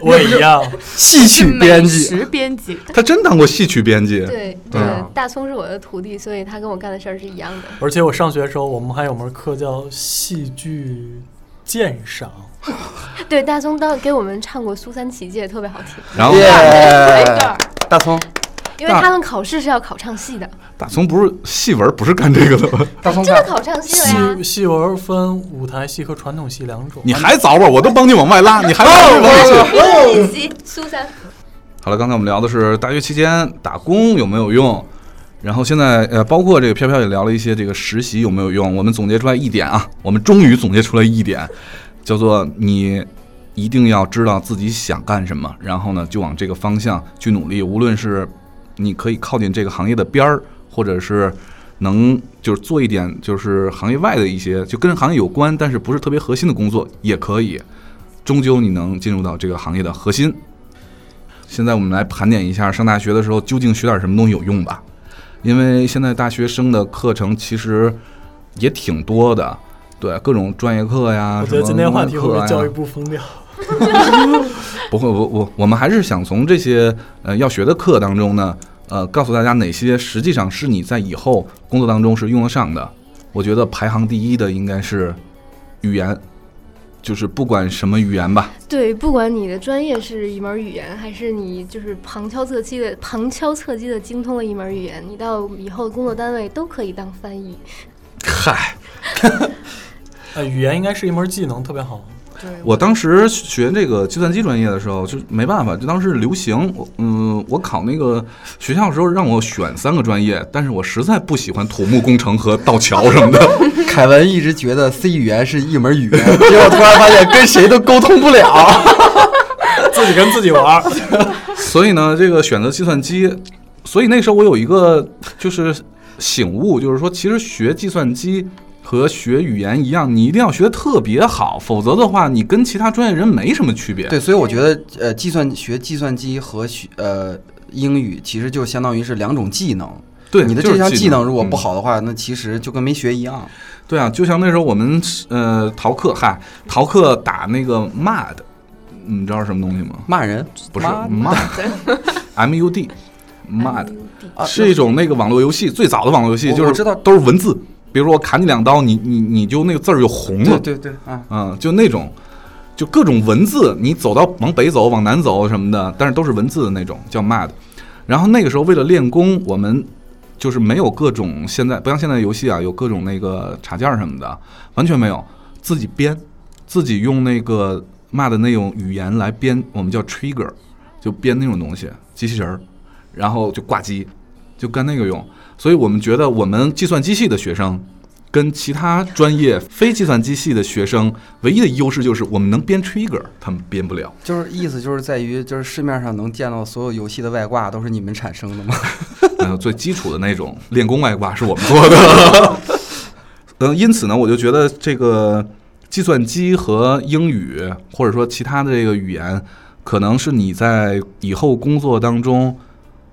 我也一样。戏曲编美辑。食编辑，他真当过戏曲编辑。对对啊大葱是我的徒弟，所以他跟我干的事儿是一样的。而且我上学的时候，我们还有门课叫戏剧鉴赏，对，大葱当给我们唱过《苏三起解》，特别好听，然后耶的大葱，因为他们考试是要考唱戏的，大葱不是戏文不是干这个的吗？大葱真在的考唱戏了呀戏。戏文分舞台戏和传统戏两种。你还早吧，啊我都帮你往外拉，你还哦往外拉。练习苏三，好了，刚才我们聊的是大学期间打工有没有用，然后现在呃，包括这个飘飘也聊了一些这个实习有没有用。我们总结出来一点啊，我们终于总结出来一点，叫做你一定要知道自己想干什么，然后呢就往这个方向去努力。无论是你可以靠近这个行业的边儿，或者是能就是做一点就是行业外的一些就跟行业有关，但是不是特别核心的工作也可以，终究你能进入到这个行业的核心。现在我们来盘点一下上大学的时候究竟学点什么东西有用吧，因为现在大学生的课程其实也挺多的，对各种专业课呀，我觉得今天话题什会么不课呀会教育部封掉？不会，我我我们还是想从这些呃要学的课当中呢，呃，告诉大家哪些实际上是你在以后工作当中是用得上的。我觉得排行第一的应该是语言，就是不管什么语言吧，对，不管你的专业是一门语言，还是你就是旁敲侧击的旁敲侧击的精通了一门语言，你到以后的工作单位都可以当翻译。嗨，呃，语言应该是一门技能，特别好。对，我当时学这个计算机专业的时候，就没办法，就当时流行。我嗯，我考那个学校的时候让我选三个专业，但是我实在不喜欢土木工程和道桥什么的。凯文一直觉得 C 语言是一门语言，结果突然发现跟谁都沟通不了。自己跟自己玩 儿，所以呢，这个选择计算机，所以那时候我有一个就是醒悟，就是说，其实学计算机和学语言一样，你一定要学的特别好，否则的话，你跟其他专业人没什么区别。对，，所以我觉得，呃，计算学计算机和学呃英语，其实就相当于是两种技能。对你的就是这项技技能能如果不嗯好的话，那其实就跟没学一样。对啊，就像那时候我们呃逃课，嗨，逃课打那个 mud，你知道是什么东西吗？骂人不是嗯妈 mud，m u d mud 啊是一种那个网络游戏，最早的网络游戏我就是我知道都是文字，比如说我砍你两刀，你你你就那个字儿就红了对，对对啊，嗯，就那种，就各种文字，你走到往北走、往南走什么的，但是都是文字的那种，叫 mad。然后那个时候为了练功，我们就是没有各种现在不像现在游戏啊，有各种那个插件儿什么的，完全没有，自己编，自己用那个 mad 那种语言来编，我们叫 trigger，就编那种东西，机器人儿，然后就挂机，就干那个用。所以我们觉得我们计算机系的学生跟其他专业非计算机系的学生唯一的优势就是我们能编 trigger，他们编不了。就是意思就是在于，就是市面上能见到所有游戏的外挂都是你们产生的吗？ 呃，最基础的那种练功外挂是我们做的。嗯，因此呢，我就觉得这个计算机和英语，或者说其他的这个语言，可能是你在以后工作当中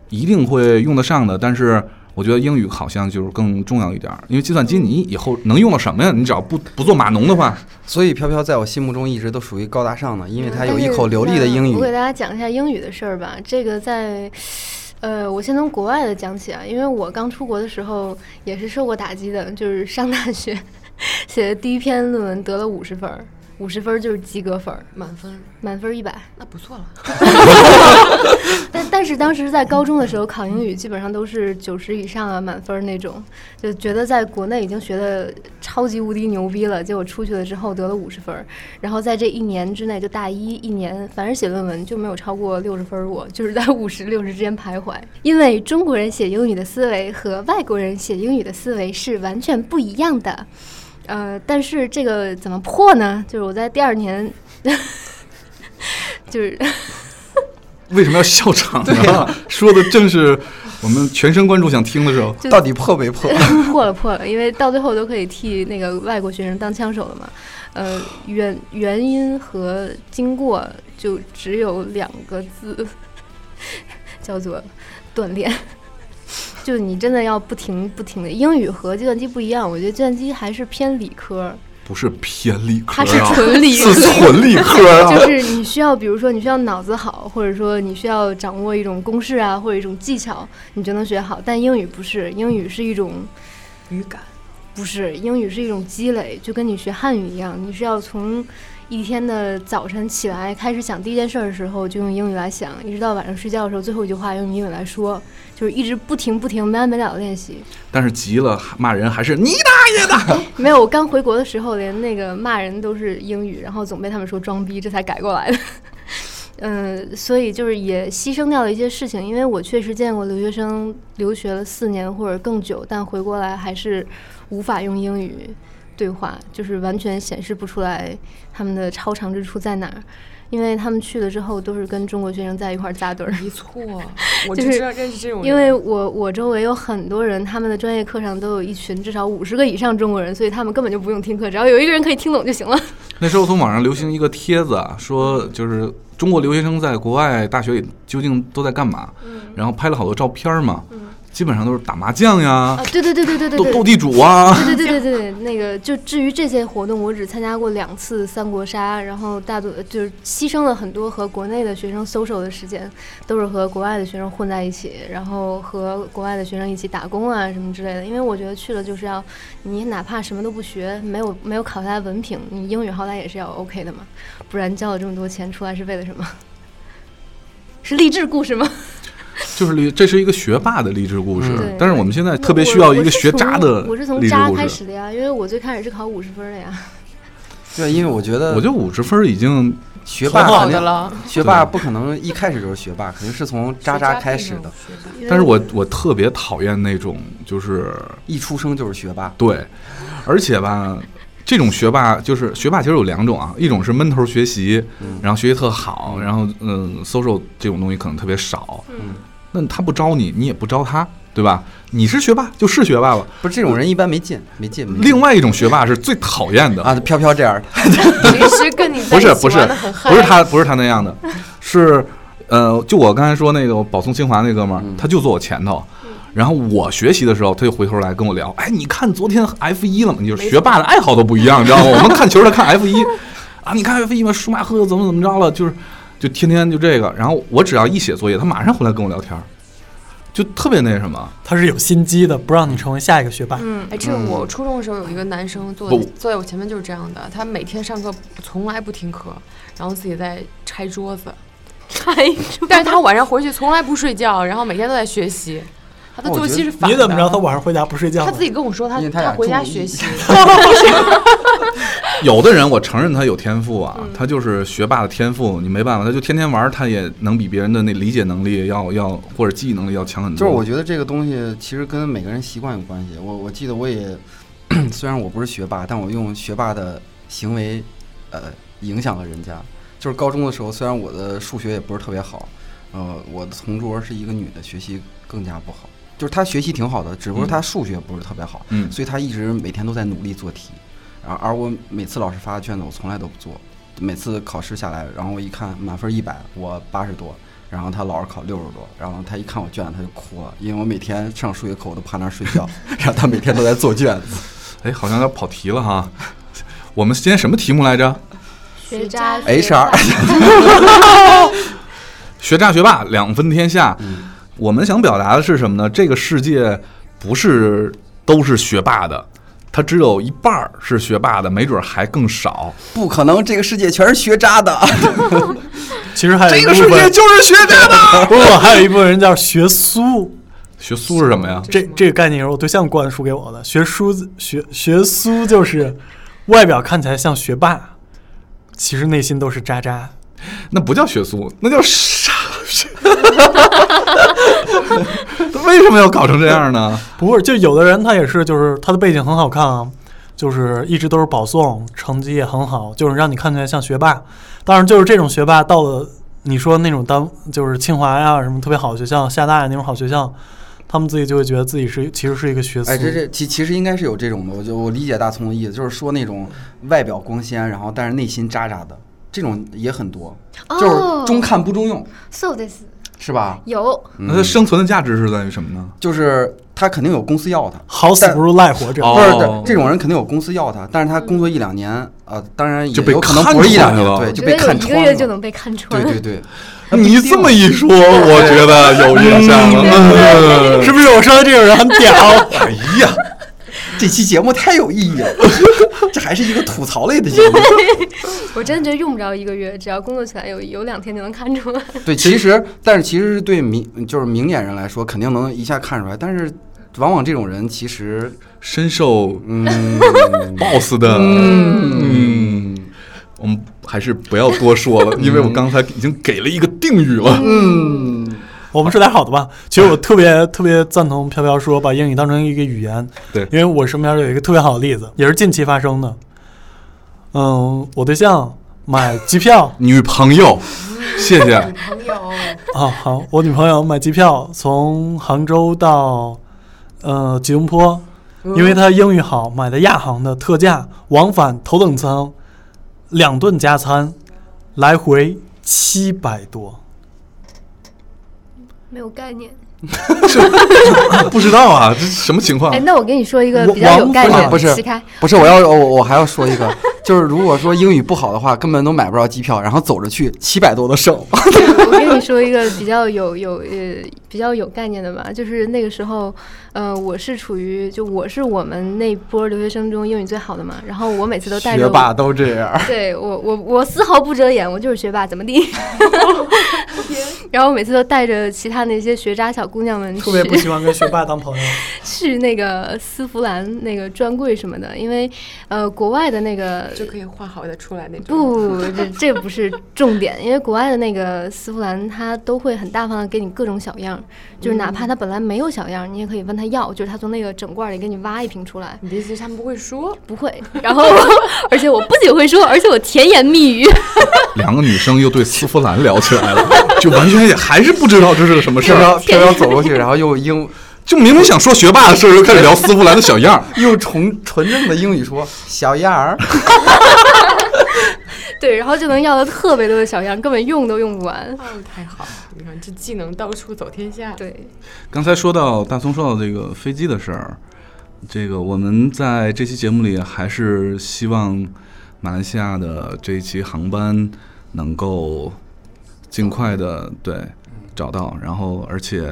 一定会用得上的。但是我觉得英语好像就是更重要一点儿，因为计算机你以后能用到什么呀？你只要不不做码农的话，所以飘飘在我心目中一直都属于高大上的，因为她有一但是口流利的英那我给嗯语。大家讲一下英语的事儿吧。这个在，呃，我先从国外的讲起啊，因为我刚出国的时候也是受过打击的，就是上大学写的第一篇论文得了五十分儿，五十分儿就是及格分儿，满分，满分一百。那不错了，但但是当时在高中的时候考英语，基本上都是九十以上啊，满分儿那种，就觉得在国内已经学的超级无敌牛逼了，结果出去了之后得了五十分儿，然后在这一年之内，就大一一年，凡是写论文就没有超过六十分儿过，就是在五十六十之间徘徊。因为中国人写英语的思维和外国人写英语的思维是完全不一样的，呃，但是这个怎么破呢？就是我在第二年， 就是。为什么要笑场呢？啊 说的正是我们全神贯注想听的时候。就到底破没破？ 破了破了，因为到最后都可以替那个外国学生当枪手了嘛。呃，原原因和经过就只有两个字， 叫做锻炼。 就你真的要不停不停的。英语和计算机不一样，我觉得计算机还是偏理科。不是偏理科、啊，它是纯理科，是纯理科啊。就是 你需要，比如说你需要脑子好，或者说你需要掌握一种公式啊，或者一种技巧，你就能学好。但英语不是，英语是一种语感，不是英语是一种积累，就跟你学汉语一样，你是要从一天的早晨起来开始想第一件事的时候就用英语来想，一直到晚上睡觉的时候最后一句话用英语来说，就是一直不停不停没完没了的练习。但是急了骂人还是你大爷的。 没有，我刚回国的时候，连那个骂人都是英语，然后总被他们说装逼，这才改过来的。 嗯，所以就是也牺牲掉了一些事情，因为我确实见过留学生留学了四年或者更久，但回过来还是无法用英语对话，就是完全显示不出来他们的超常之处在哪儿，因为他们去了之后都是跟中国学生在一块儿扎堆儿。没错，我就就是知道认识这种人，因为我我周围有很多人，他们的专业课上都有一群至少五十个以上中国人，所以他们根本就不用听课，只要有一个人可以听懂就行了。那时候从网上流行一个帖子啊，说就是中国留学生在国外大学里究竟都在干嘛，嗯然后拍了好多照片嘛，基本上都是打麻将呀啊，，对对对对对对斗对，斗地主 啊，对对对对对，那个就至于这些活动，我只参加过两次三国杀，然后大多就是牺牲了很多和国内的学生 social 的时间，都是和国外的学生混在一起，然后和国外的学生一起打工啊什么之类的。因为我觉得去了就是要，你哪怕什么都不学，没有没有考下来文凭，你英语好歹也是要 OK 的嘛，不然交了这么多钱出来是为了什么？ 是励志故事吗？就是励，这是一个学霸的励志故事嗯对。但是我们现在特别需要一个学渣的我是从励志渣故开事。始的呀，因为我最开始是考五十分的呀。对，因为我觉我得，觉得五十分已经学挺霸好肯的定，了，学霸不可能一开始就是学霸，肯定是从渣渣开始的，学渣。但是我我特别讨厌那种就是一出生就是学霸。对，而且吧，这种学霸就是学霸，其实有两种啊，一种是闷头学习，然后学习特好，然后嗯，social 这种东西可能特别少，嗯，那他不招你，你也不招他，对吧？你是学霸就是学霸吧。不是这种人一般没劲，没劲。没劲另外一种学霸是最讨厌的啊，飘飘这样 的，平时跟你在不一是起不是玩的很嗨，不是他不是他那样的，是呃，就我刚才说那个我保送清华那哥们儿，他就坐我前头。嗯然后我学习的时候，他就回头来跟我聊，哎，你看昨天 F 一了吗？你就是学霸的爱好都不一样，你知道吗？我们看球的看 F 一，啊，你看 F 一吗？舒马赫怎么怎么着了？就是就天天就这个。然后我只要一写作业，他马上回来跟我聊天儿，就特别那什么。他是有心机的，不让你成为下一个学霸。嗯，哎，这个我初中的时候有一个男生坐不坐在我前面就是这样的，他每天上课从来不听课，然后自己在拆桌 子，拆但是他晚上回去从来不睡觉，然后每天都在学习，他的那我作觉息得是反你的。怎么知道他晚上回家不睡觉他呢？自己跟我说他因为他他俩回家住一学习， 有的人我承认他有天赋啊，他就是学霸的天赋，你没办法，他就天天玩儿，他也能比别人的那理解能力要要或者记忆能力要强很就多。是我觉得这个东西其实跟每个人习惯有关系。我我记得我也， 虽然我不是学霸，但我用学霸的行为，呃，影响了人家。就是高中的时候，虽然我的数学也不是特别好，呃，我的同桌是一个女的，学习更加不好。就是她学习挺好的，只不过她数学不是特别好，嗯所以她一直每天都在努力做题。然后而我每次老师发的卷子，我从来都不做。每次考试下来，然后我一看满分一百，我八十多，然后他老是考六十多，然后他一看我卷子他就哭了，因为我每天上数学课我都趴那儿睡觉， 然后他每天都在做卷子。哎，好像要跑题了哈。我们今天什么题目来着？学渣 HR 学渣学霸两分天下。我们想表达的是什么呢？这个世界不是都是学霸的，他只有一半儿是学霸的，没准儿还更少。不可能，这个世界全是学渣的，其实还有一这个部世界分， 就是学渣的。不不，还有一部分人叫学苏，学苏是什么呀？这这个概念是我对象灌输给我的。学苏学学苏就是外表看起来像学霸，其实内心都是渣渣。那不叫学苏，那叫傻。 他为什么要搞成这样呢？不是，就有的人他也是，就是他的背景很好看啊，就是一直都是保送，成绩也很好，就是让你看起来像学霸。当然，就是这种学霸到了你说那种单，就是清华呀、什么特别好的学校，厦大呀那种好学校，他们自己就会觉得自己是其实是一个学哎，这思。这其其实应该是有这种的，我就我理解大葱的意思，就是说那种外表光鲜，然后但是内心渣渣的这种也很多，哦就是中看不中用， so this 是吧？有那他生存的价值是在于什么呢？就是他肯定有公司要他，好死但不如赖活着，哦不是对这种人肯定有公司要他，但是他工作一两年，呃，当然也就被有可能看不是一两出来了年，对，就觉被得有看一个穿月就了。能被看穿对，对对，你这么一说，我觉得有印象了。嗯是不是？我说的这种人很屌。 哎呀，这期节目太有意义了， 这还是一个吐槽类的节目。我真的觉得用不着一个月，只要工作起来有有两天就能看出来。对，其实但是其实是对明就是明眼人来说，肯定能一下看出来，但是往往这种人其实，深受嗯， boss 的，嗯，我们还是不要多说了，因为我刚才已经给了一个定语了。我们说点好的吧。其实我特别特别赞同飘飘说把英语当成一个语言，对因为我身边有一个特别好的例子，也是近期发生的。嗯，我对象买机票女朋友，谢谢。朋友，啊，好，我女朋友买机票从杭州到呃吉隆坡，因为她英语好，买的亚航的特价，往返头等舱，两顿加餐，来回七百多。没有概念。不知道啊，这是什么情况哎，？那我跟你说一个我比较有王概不是念不的，是齐开。不是，我要我我还要说一个， 就是如果说英语不好的话，根本都买不着机票，然后走着去七百多的省，我跟你说一个比较有有呃比较有概念的吧，就是那个时候，呃，我是处于就我是我们那波留学生中英语最好的嘛，然后我每次都带着学霸都这样。 对我我我丝毫不遮掩，我就是学霸，怎么地？ 然后我每次都带着其他那些学渣小姑娘们去特别不喜欢跟学霸当朋友，去那个丝芙兰那个专柜什么的，因为呃国外的那个就可以画好的出来那种。不，这这不是重点，因为国外的那个丝芙兰，它都会很大方的给你各种小样儿，就是哪怕嗯它本来没有小样儿，你也可以问他要，就是他从那个整罐儿里给你挖一瓶出来。你的意思是他们不会说？不 会，然后而且我不仅会说，而且我甜言蜜语，两个女生又对丝芙兰聊起来了， 就完全也还是不知道这是个什么事 飘 儿，飘飘飘走过去，然后又英就明明想说学霸的事儿，又开始聊丝芙兰的小样儿。又纯纯正的英语说小样儿， 对，然后就能要到特别多的小样儿，根本用都用不完。哦，太好了！你看这技能到处走天下。，对，刚才说到大松说到这个飞机的事儿，这个我们在这期节目里还是希望马来西亚的这一期航班能够尽快的对找到，然后而且，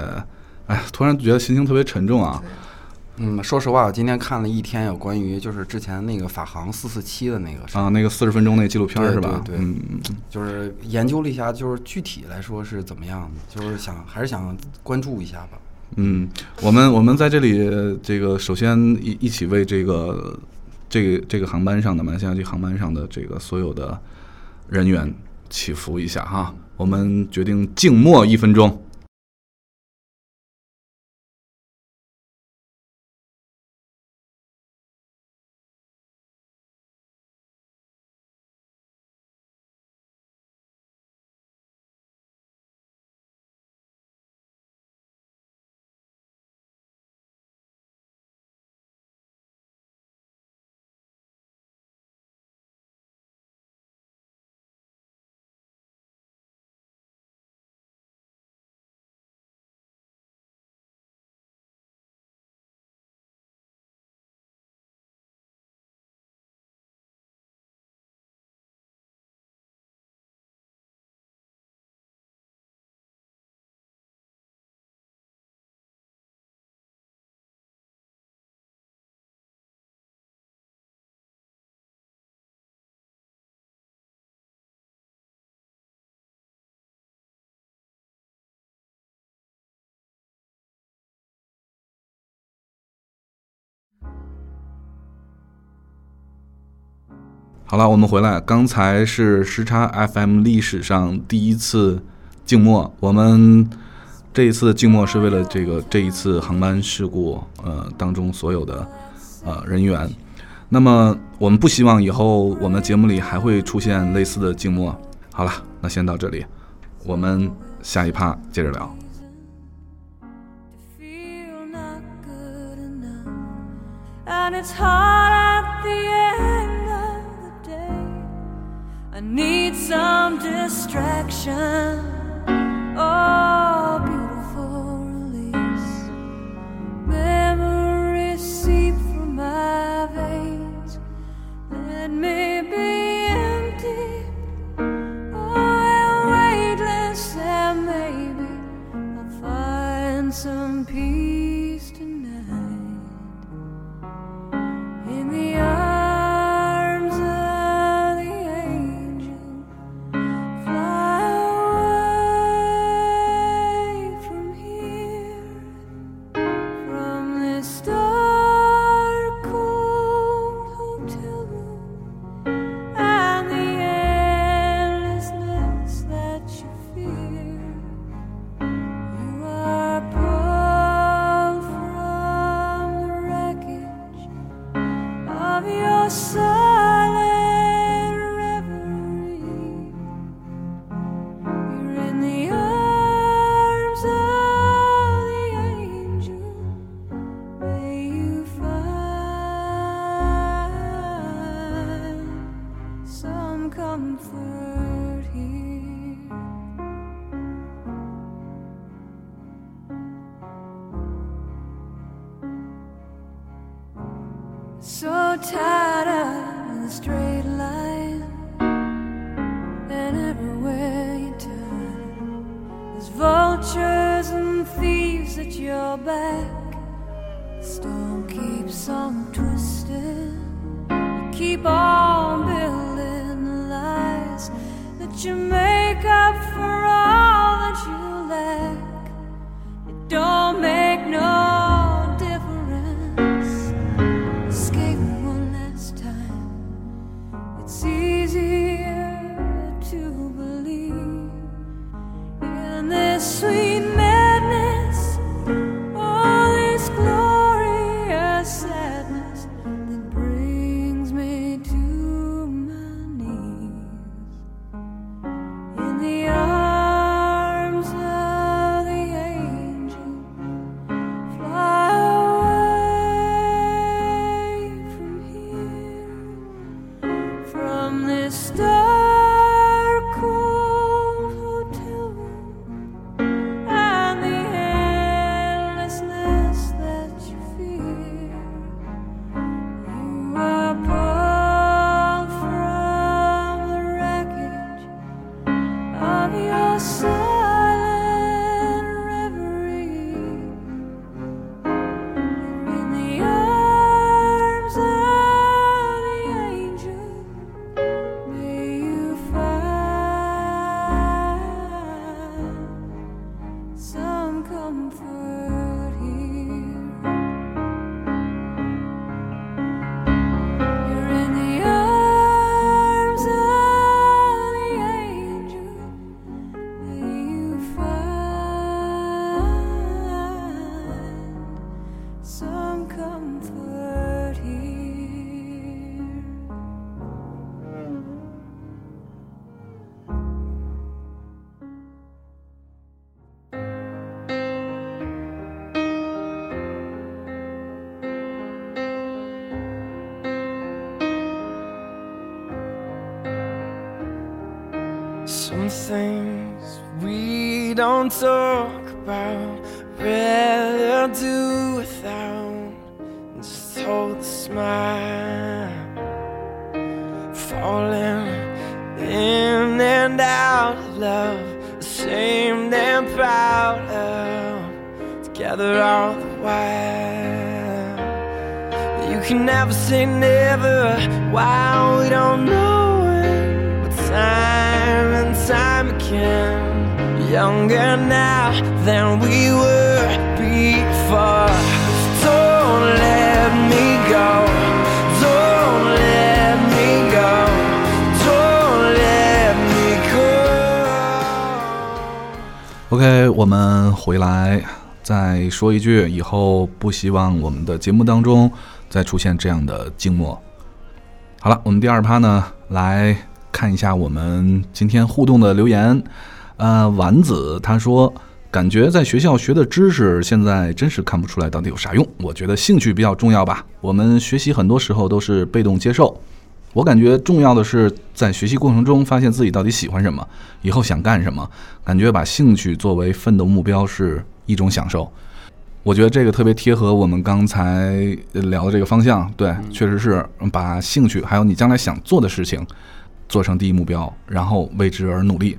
哎，突然觉得心情特别沉重啊。嗯，说实话，我今天看了一天有关于就是之前那个法航四四七的那个事儿啊，那个四十分钟那纪录片儿对是吧？对对嗯，嗯嗯就是研究了一下，就是具体来说是怎么样的，就是想还是想关注一下吧。嗯，我们我们在这里，呃这个首先一一起为这个这个这个航班上的马来西亚这航班上的这个所有的人员祈福一下哈。我们决定静默一分钟。好了，我们回来，刚才是时差 FM 历史上第一次静默，我们这一次静默是为了这个这一次航班事故，呃，当中所有的呃人员。那么我们不希望以后我们的节目里还会出现类似的静默。好了，那先到这里，我们下一趴接着聊。 feel not good enough. And it's hard at the end of the day. I need some distraction. Oh, beautiful release. Memories seep through my veins. Let me be empty. I am weightless and maybe I'll find some peace tonight in the arms of the angel. Fly away from here, from this dark, cold hotel room and the endlessness that you fear. You are pulled from the wreckage of your silent reverie. You're in the arms of the angel. May you find some comfort here. So tired of the straight line, and everywhere you turn, there's vultures and thieves at your back. The storm keeps on twisting. You keep on building the lies that you make up for all that you lack. It don't make no difference escape one last time. It's easier to believe in this sweet madness, all this glorious sadness that brings me to my knees in the arms of the angel. Fly away from here, from this dark, cold hotel room and the endlessness that you fear. You are pulled from the wreckage of your silent reverie. In the arms of the angel, may you find some comfort here. You're in the arms of the angel. May you find some comfort here. Some things we don't talk about, rather do without, and just hold the smile. Falling in and out of love, ashamed and proud of, together all the while. You can never say never. Why we don't know when, but time and time again, younger now than we were before. Don't let me go. Don't let me go. OK，我们回来再说一句，以后不希望我们的节目当中再出现这样的静默。好了，我们第二趴呢，来看一下我们今天互动的留言。呃，丸子他说，感觉在学校学的知识，现在真是看不出来到底有啥用。我觉得兴趣比较重要吧。我们学习很多时候都是被动接受。我感觉重要的是在学习过程中发现自己到底喜欢什么，以后想干什么。感觉把兴趣作为奋斗目标是一种享受。我觉得这个特别贴合我们刚才聊的这个方向，对，确实是把兴趣还有你将来想做的事情做成第一目标，然后为之而努力，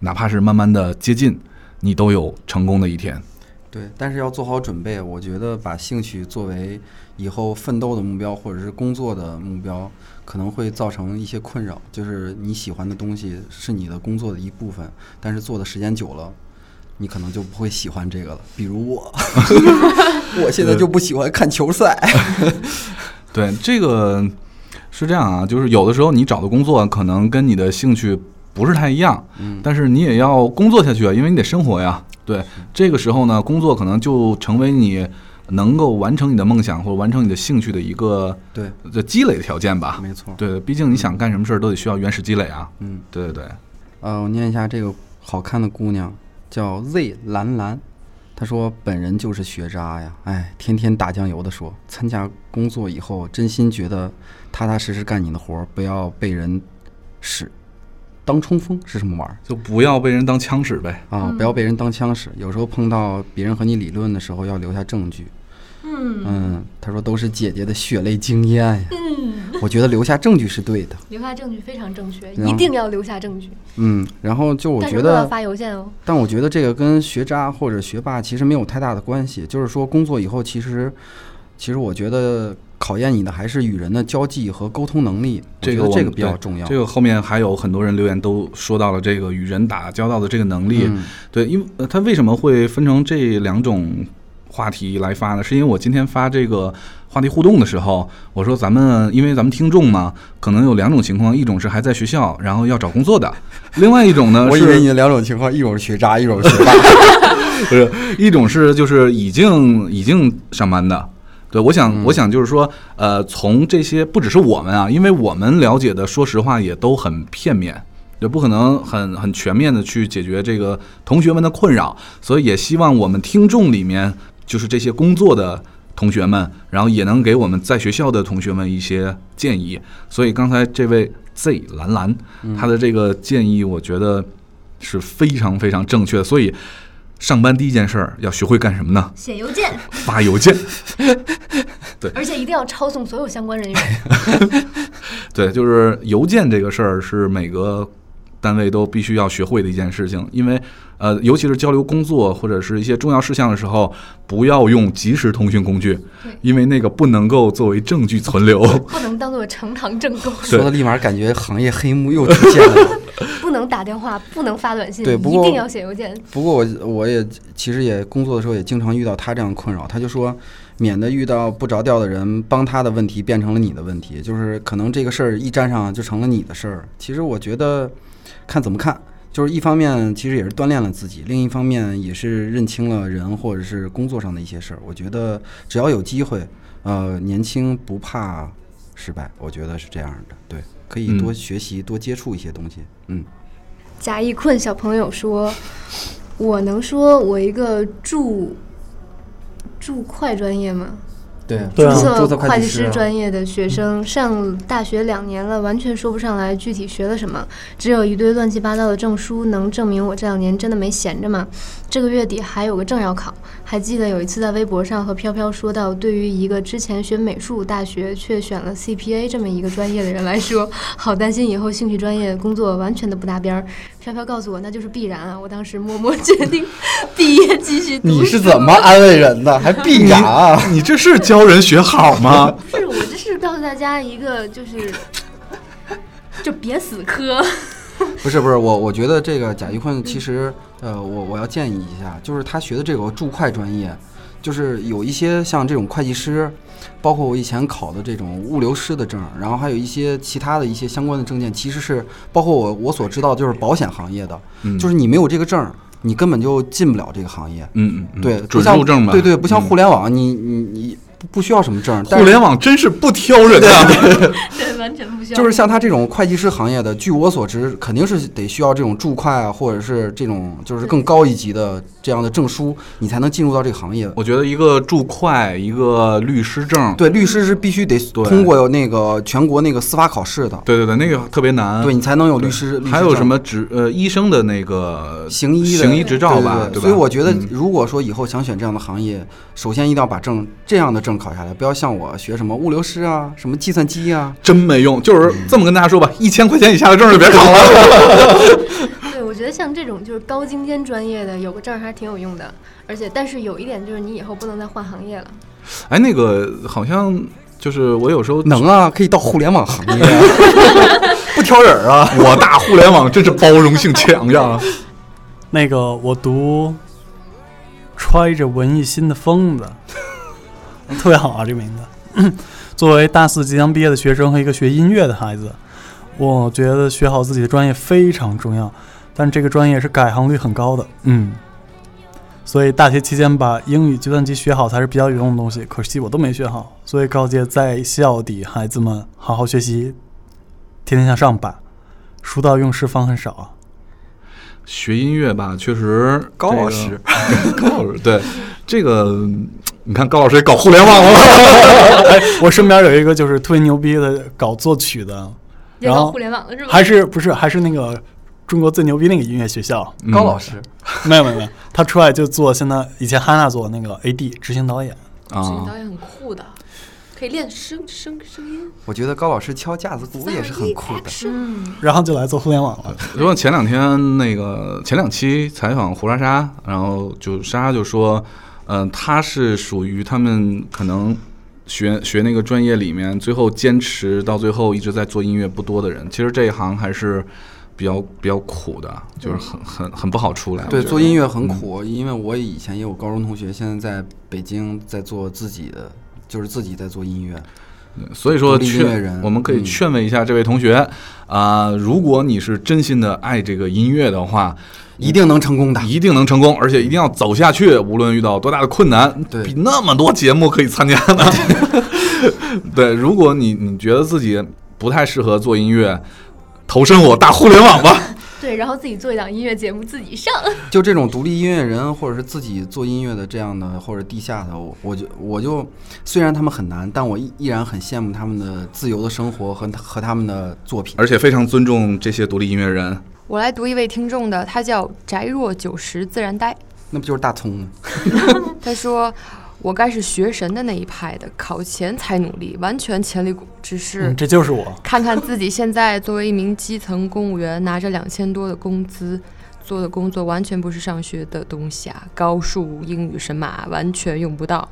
哪怕是慢慢的接近，你都有成功的一天。对，但是要做好准备。我觉得把兴趣作为以后奋斗的目标，或者是工作的目标，可能会造成一些困扰。就是你喜欢的东西是你的工作的一部分，但是做的时间久了，你可能就不会喜欢这个了。比如 我，我现在就不喜欢看球赛。对，这个是这样啊，就是有的时候你找的工作可能跟你的兴趣不是太一样，嗯但是你也要工作下去啊，因为你得生活呀。对，这个时候呢，工作可能就成为你能够完成你的梦想或者完成你的兴趣的一个对，的积累条件吧。没错。对，毕竟你想干什么事儿都得需要原始积累啊。嗯， 对对对，呃，我念一下这个好看的姑娘，叫 Z 兰兰。她说：“本人就是学渣呀，哎，天天打酱油的说，参加工作以后，真心觉得踏踏实实干你的活儿，不要被人使当冲锋是什么玩意儿就不要被人当枪使呗。啊？不要被人当枪使。有时候碰到别人和你理论的时候，要留下证据。嗯嗯，她说都是姐姐的血泪经验呀，嗯，我觉得留下证据是对的。留下证据非常正确，然后一定要留下证据，嗯，然后就我但是觉不要得发邮件哦。但我觉得这个跟学渣或者学霸其实没有太大的关系，就是说工作以后，其实，其实我觉得考验你的还是与人的交际和沟通能力，我这觉个得我这们个比较对重要。这个后面还有很多人留言都说到了这个与人打交道的这个能力。嗯对，因为呃它为什么会分成这两种话题来发呢？是因为我今天发这个话题互动的时候，我说咱们因为咱们听众嘛，可能有两种情况，一种是还在学校，然后要找工作的；另外一种呢， 我以是为你的两种情况，一种是学渣，一种是学霸。 不是，一种是就是已经已经上班的。对，我想，我想就是说，呃，从这些不只是我们啊，因为我们了解的，说实话也都很片面，也不可能很很全面的去解决这个同学们的困扰，所以也希望我们听众里面，就是这些工作的同学们，然后也能给我们在学校的同学们一些建议。所以刚才这位 Z 兰兰，她的这个建议，我觉得是非常非常正确的，所以。上班第一件事儿要学会干什么呢？写邮件，发邮 件。而且一定要抄送所有相关人员。对，就是邮件这个事儿是每个单位都必须要学会的一件事情，因为呃，尤其是交流工作或者是一些重要事项的时候，不要用即时通讯工具，因为那个不能够作为证据存留。不能当做呈堂证供， 说的立马感觉行业黑幕又出现了。不能打电话，不能发短信，对不一过定要写邮件。不过我我也其实也工作的时候也经常遇到他这样的困扰，他就说，免得遇到不着调的人，帮他的问题变成了你的问题，就是可能这个事儿一沾上就成了你的事儿。其实我觉得，看怎么看，就是一方面其实也是锻炼了自己，另一方面也是认清了人或者是工作上的一些事儿。我觉得只要有机会，呃，年轻不怕失败，我觉得是这样的。对，可以多嗯学习，多接触一些东西。嗯，贾一坤小朋友说：“我能说我一个驻驻会专业吗？对，对啊注册注册会会计计师师专业的学生，上大学两年了，完全说不上来具体学了什么，只有一堆乱七八糟的证书，能证明我这两年真的没闲着吗？这个月底还有个证要考，还记得有一次在微博上和飘飘说到，对于一个之前学美术大学却选了 CPA 这么一个专业的人来说，好担心以后兴趣专业工作完全的不搭边儿。飘飘告诉我那就是必然啊，我当时默默决定 毕业继续读书。你是怎么安慰人的？还必然 啊？你这是教人学好 吗？不是，我这是告诉大家一个，就是就别死磕。不是不是，我我觉得这个贾一坤其实，呃，我我要建议一下，就是他学的这个注会专业，就是有一些像这种会计师，包括我以前考的这种物流师的证儿，然后还有一些其他的一些相关的证件，其实是包括我我所知道就是保险行业的，嗯就是你没有这个证儿，你根本就进不了这个行业。嗯，嗯对，嗯不准像入证吧，对对，不像嗯互联网，你你你不不需要什么证，但互是联网真是不挑人啊，对，完全不需要。就是像他这种会计师行业的，据我所知，肯定是得需要这种注会啊，或者是这种就是更高一级的这样的证书，你才能进入到这个行业。 我觉得一个注会，一个律师证，对，律师是必须得对通过那个全国那个司法考试的，对对对，那个特别难。对你才能有律师。律师嗯还有证什么执呃医生的那个行医的行医执照吧，对对对吧？所以我觉得嗯，如果说以后想选这样的行业，首先一定要把证这样的证考下来，不要像我学什么物流师啊、什么计算机啊。真没用，就是嗯这么跟大家说吧，一千块钱以下的证就别考 了。对，我觉得像这种就是高精尖专业的，有个证儿还是挺有用的。而且，但是有一点就是，你以后不能再换行业了。哎，那个好像就是我有时候能啊，可以到互联网行业，啊不挑人儿啊。我大互联网真是包容性强呀！那个我读揣着文艺心的疯子， 特别好啊，这个名字。 作为大四即将毕业的学生和一个学音乐的孩子，我觉得学好自己的专业非常重要，但这个专业是改行率很高的，嗯。所以大学期间把英语、计算机学好才是比较有用的东西，可惜我都没学好。所以告诫在校的孩子们，好好学习，天天向上吧。书到用时方恨少啊。学音乐吧，确实高老师，这个 高老师对这个，嗯你看高老师也搞互联网 了，我身边有一个就是特别牛逼的搞作曲的，也然搞后互联网了是吧？还是不是还是那个中国最牛逼那个音乐 学校？嗯高老师，没有没有没有，他出来就做现在以前哈娜做那个 AD 执行导演，这个啊导，演很酷的，可以练声声声音。我觉得高老师敲架子鼓也是很酷的。是然后就来做互联网了。因为前两天那个前两期采访胡莎莎，然后就莎莎就说，嗯、她是属于他们可能学学那个专业里面，最后坚持到最后一直在做音乐不多的人。其实这一行还是比较比较苦的，就是很很很不好出来。我对，觉做得音乐嗯很苦，因为我以前也有高中同学，现在在北京在做自己的，就是自己在做音乐。所以说独立音乐劝人我们可以嗯劝慰一下这位同学啊、如果你是真心的爱这个音乐的话，一定能成功嗯的。一定能成功，而且一定要走下去，无论遇到多大的困难，对比那么多节目可以参加呢。 对，如果你你觉得自己不太适合做音乐，投身我大互联网吧。对，然后自己做一档音乐节目自己上。 就这种独立音乐人，或者是自己做音乐的这样的，或者地下的，我我就我就虽然他们很难，但我依依然很羡慕他们的自由的生活和和他们的作品。而且非常尊重这些独立音乐人。我来读一位听众的，他叫翟若九十自然呆，那不就是大葱吗？他说。我该是学神的那一派的，考前才努力，完全潜力股，只是嗯，这就是我。看看自己现在作为一名基层公务员，拿着两千多的工资，做的工作完全不是上学的东西啊！高数、英语、神马完全用不到。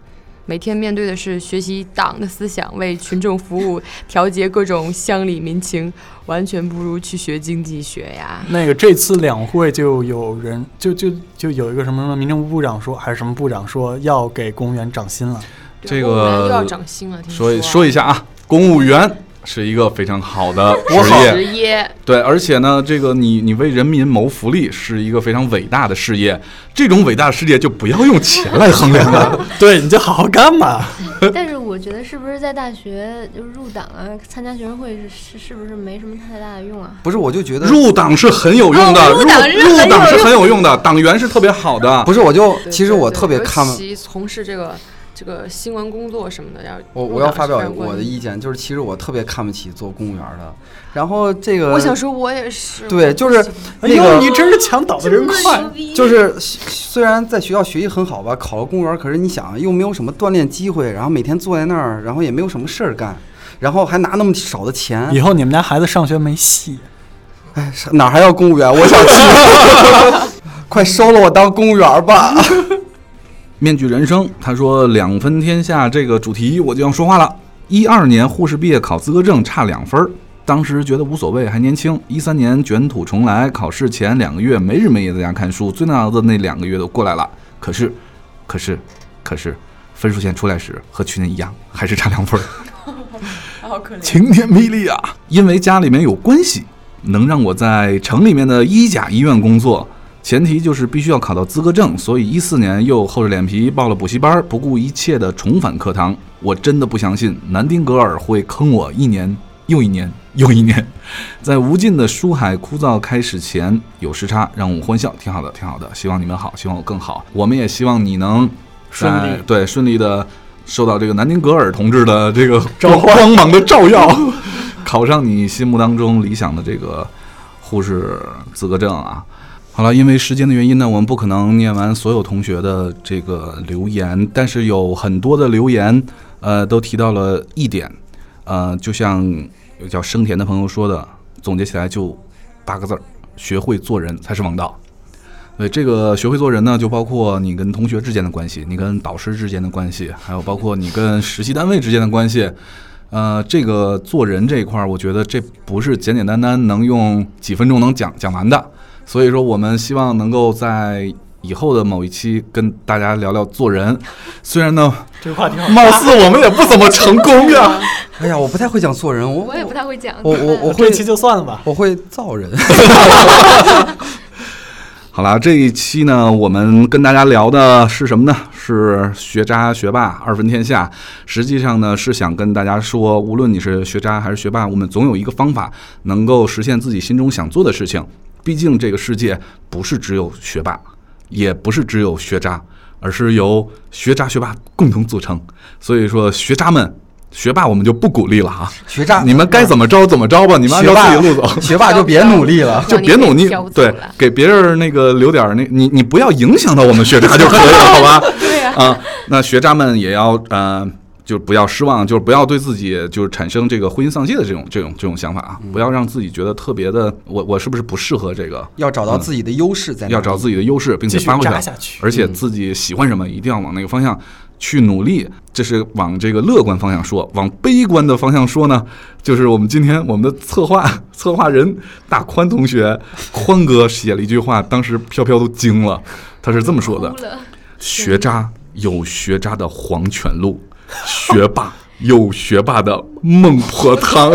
每天面对的是学习党的思想，为群众服务，调节各种乡里民情，完全不如去学经济学呀！那个这次两会就有人就就就有一个什么什么民政部部长说还是什么部长说要给公务员涨薪了，这公务员又要个涨薪了，听说一说说一下啊，公务员是一个非常好的职业，职业对，而且呢，这个你你为人民谋福利是一个非常伟大的事业，这种伟大的事业就不要用钱来衡量了。 对，你就好好干吧。但是我觉得是不是在大学就是入党啊，参加学生会是是是不是没什么太大的用啊？不是，我就觉得入党是很有用的，哦呃入入党是很有入党是很有用的，党员是特别好的。不是，我就对其实对我对特别尤看其从事这个这个新闻工作什么的，要我入我要党发是表非常关我的键意见，就是其实我特别看不起做公务员的。然后这个我想说，我也是。对，就是那哎呦，个你真是墙倒的真快。就是虽然在学校学习很好吧，考了公务员，可是你想又没有什么锻炼机会，然后每天坐在那儿，然后也没有什么事儿干，然后还拿那么少的钱以，后你们家孩子上学没戏。哎，是哪还要公务员？我想去， 快收了我当公务员吧。 面具人生，他说“两分天下”这个主题我就要说话了。一二年护士毕业考资格证差两分儿，当时觉得无所谓，还年轻。一三年卷土重来，考试前两个月没日没夜在家看书，最难熬的那两个月都过来了。可是，可是，可是，分数线出来时和去年一样，还是差两分儿。好可怜。 晴天霹雳啊！因为家里面有关系，能让我在城里面的一甲医院工作，前提就是必须要考到资格证，所以一四年又厚着脸皮报了补习班，不顾一切的重返课堂。我真的不相信南丁格尔会坑我一年又一年又一年。在无尽的书海枯燥开始前有时差，让我们欢笑，挺好的，挺好的。希望你们好，希望我更好。我们也希望你能顺利在对顺利的受到这个南丁格尔同志的这个 召光唤光芒的照耀， 考上你心目当中理想的这个护士资格证啊。好了，因为时间的原因呢，我们不可能念完所有同学的这个留言，但是有很多的留言，呃，都提到了一点，呃，就像有叫生田的朋友说的，总结起来就八个字儿：学会做人才是王道。对这个学会做人呢，就包括你跟同学之间的关系，你跟导师之间的关系，还有包括你跟实习单位之间的关系。呃，这个做人这一块儿，我觉得这不是简简单单能用几分钟能讲讲完的。所以说，我们希望能够在以后的某一期跟大家聊聊做人。虽然呢，这个话题好。貌似我们也不怎么成功呀。哎呀，我不太会讲做人，我我也不太会讲。我 我我这会一期就算了吧。我会 造人。好啦，这一期呢，我们跟大家聊的是什么呢？是学渣学霸二分天下。实际上呢，是想跟大家说，无论你是学渣还是学霸，我们总有一个方法能够实现自己心中想做的事情。毕竟这个世界不是只有学霸，也不是只有学渣，而是由学渣学霸共同组成。所以说，学渣们。学霸我们就不鼓励了哈，学渣你们该怎么着怎么着吧，你们按照自己的路走。学霸就别努力 了。就别努力让你被挑，走对了，给别人那个留点儿那，你你不要影响到我们学渣就可以了，好 吧？对呀、啊，那学渣们也要呃，就不要失望，就是不要对自己就是产生这个灰心丧气的这种这种这种想法啊，不要让自己觉得特别的，我我是不是不适合这个？要找到自己的优势在哪里？要找自己的优势，并且继续发挥它扎下去而且自己喜欢什么，一定要往那个方向去努力。这是往这个乐观方向说，往悲观的方向说呢，就是我们今天我们的策划 策划人大宽同学宽哥写了一句话，当时飘飘都惊了，他是这么说的哭：了，学渣有学渣的黄泉路，学霸有学霸的孟婆 汤。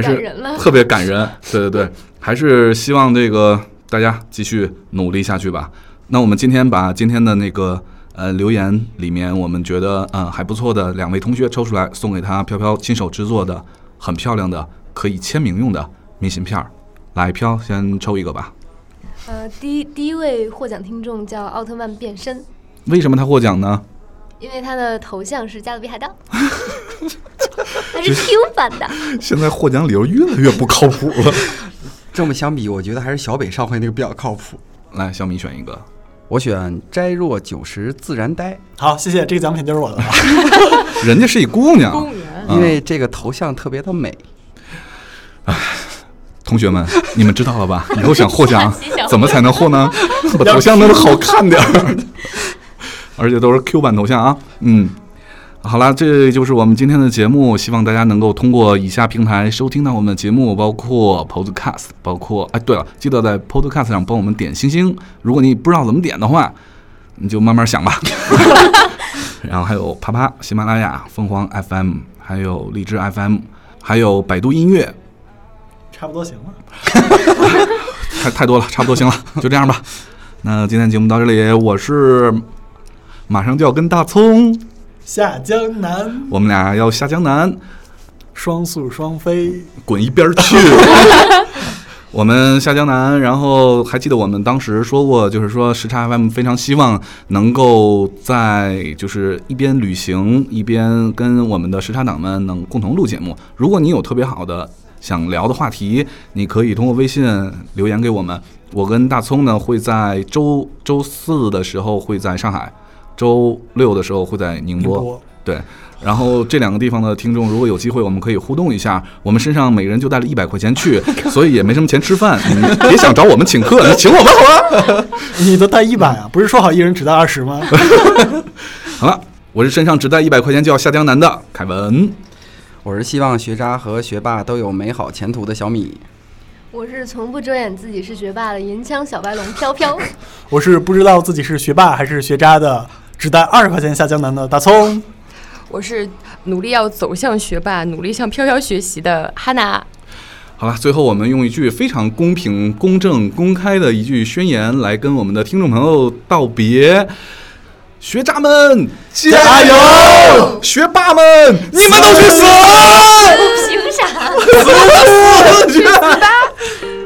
还感是人了。特别感人。对对对，还是希望这个大家继续努力下去吧。那我们今天把今天的那个呃留言里面，我们觉得呃还不错的两位同学抽出来，送给他飘飘亲手制作的很漂亮的可以签名用的明信片儿。来，飘先抽一个吧。呃，第一第一位获奖听众叫奥特曼变身，为什么他获奖呢？因为他的头像是加勒比海盗，他是 Q 版的。 现在获奖理由越来越不靠谱了。这么相比，我觉得还是小北上回那个比较靠谱。来，小米选一个。我选摘若九十自然呆，好，谢谢，这个奖品就是我的了。 人家是一姑娘，园啊因为这个头像特别的美。同学们，你们知道了吧？以后想获奖喜小，怎么才能获呢？把头像弄得好看点儿，而且都是 Q 版头像啊。嗯，好啦，这就是我们今天的节目，希望大家能够通过以下平台收听到我们的节目，包括 Podcast，包括哎，对了，记得在 Podcast 上帮我们点星星。如果你不知道怎么点的话，你就慢慢想吧。然后还有啪啪、喜马拉雅、凤凰 FM，还有荔枝 FM，还有百度音乐。差不多行了，太太多了，差不多行了，就这样吧。那今天节目到这里，我是马上就要跟大葱，下江南我们俩要下江南，双宿双飞，滚一边儿去。 我们下江南，然后还记得我们当时说过，就是说时差 FM 非常希望能够在就是一边旅行一边跟我们的时差党们能共同录节目。如果你有特别好的想聊的话题，你可以通过微信留言给我们。我跟大葱呢会在周周四的时候会在上海，周六的时候会在宁宁波。波对，然后这两个地方的听众，如果有机会，我们可以互动一下。我们身上每人就带了一百块钱 去，所以也没什么钱吃饭。你们别想找我们请客， 你请我们啊好吗？你都带一百啊？不是说好一人只带二十吗？ 好了，我是身上只带一百块钱就要下江南的凯文。我是希望学渣和学霸都有美好前途的小米。我是从不遮掩自己是学霸的银枪小白龙飘飘。我是不知道自己是学霸还是学渣的，只带二十块钱下江南的大葱。我是努力要走向学霸，努力向飘飘学习的哈娜。好了，最后我们用一句非常公平、公正、公开的一句宣言来跟我们的听众朋友道别。学渣们，加油！学霸们，你们都去死！啊凭啥？ 死去！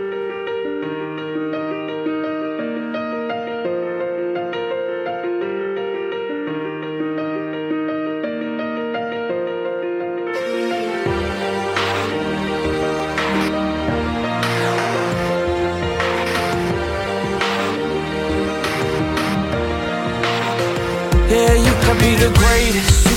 Yeah, you can be the greatest, you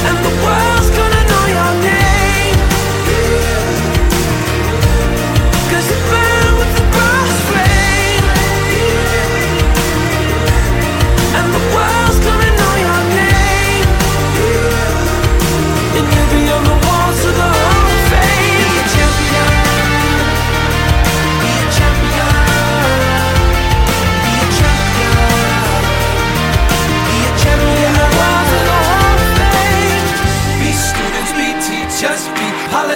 And the world's gonna know your name. Cause you burn with the brightest flame. And the world's gonna know your name. And you'll be on the walls of the Hall of Fame. Be a champion. Be a champion. Be a champion. Be a champion in the world of the Hall of Fame. Be students, be teachers, be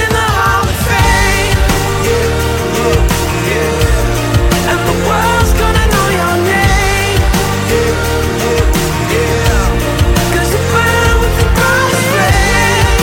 in the Hall of Fame. Yeah, yeah, yeah. And the world's gonna know your name. Cause you're born with the brightest flame.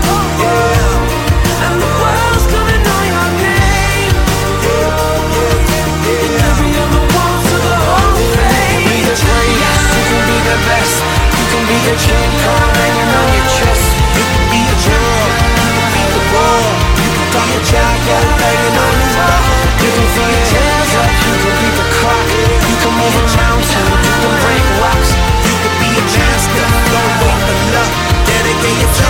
And the world's gonna know your name. And you'll be on the walls of the Hall of Fame. Be the greatest, you can be the best. You can be the king, come hanging on your chest. You can be a general, you can be the war. You can be a jackal, banging on his door. You can throw your hands up, you can beat the clock. You can move a mountain, you can break rocks. You could be a master, don't wait for luck. Dedicate yourself.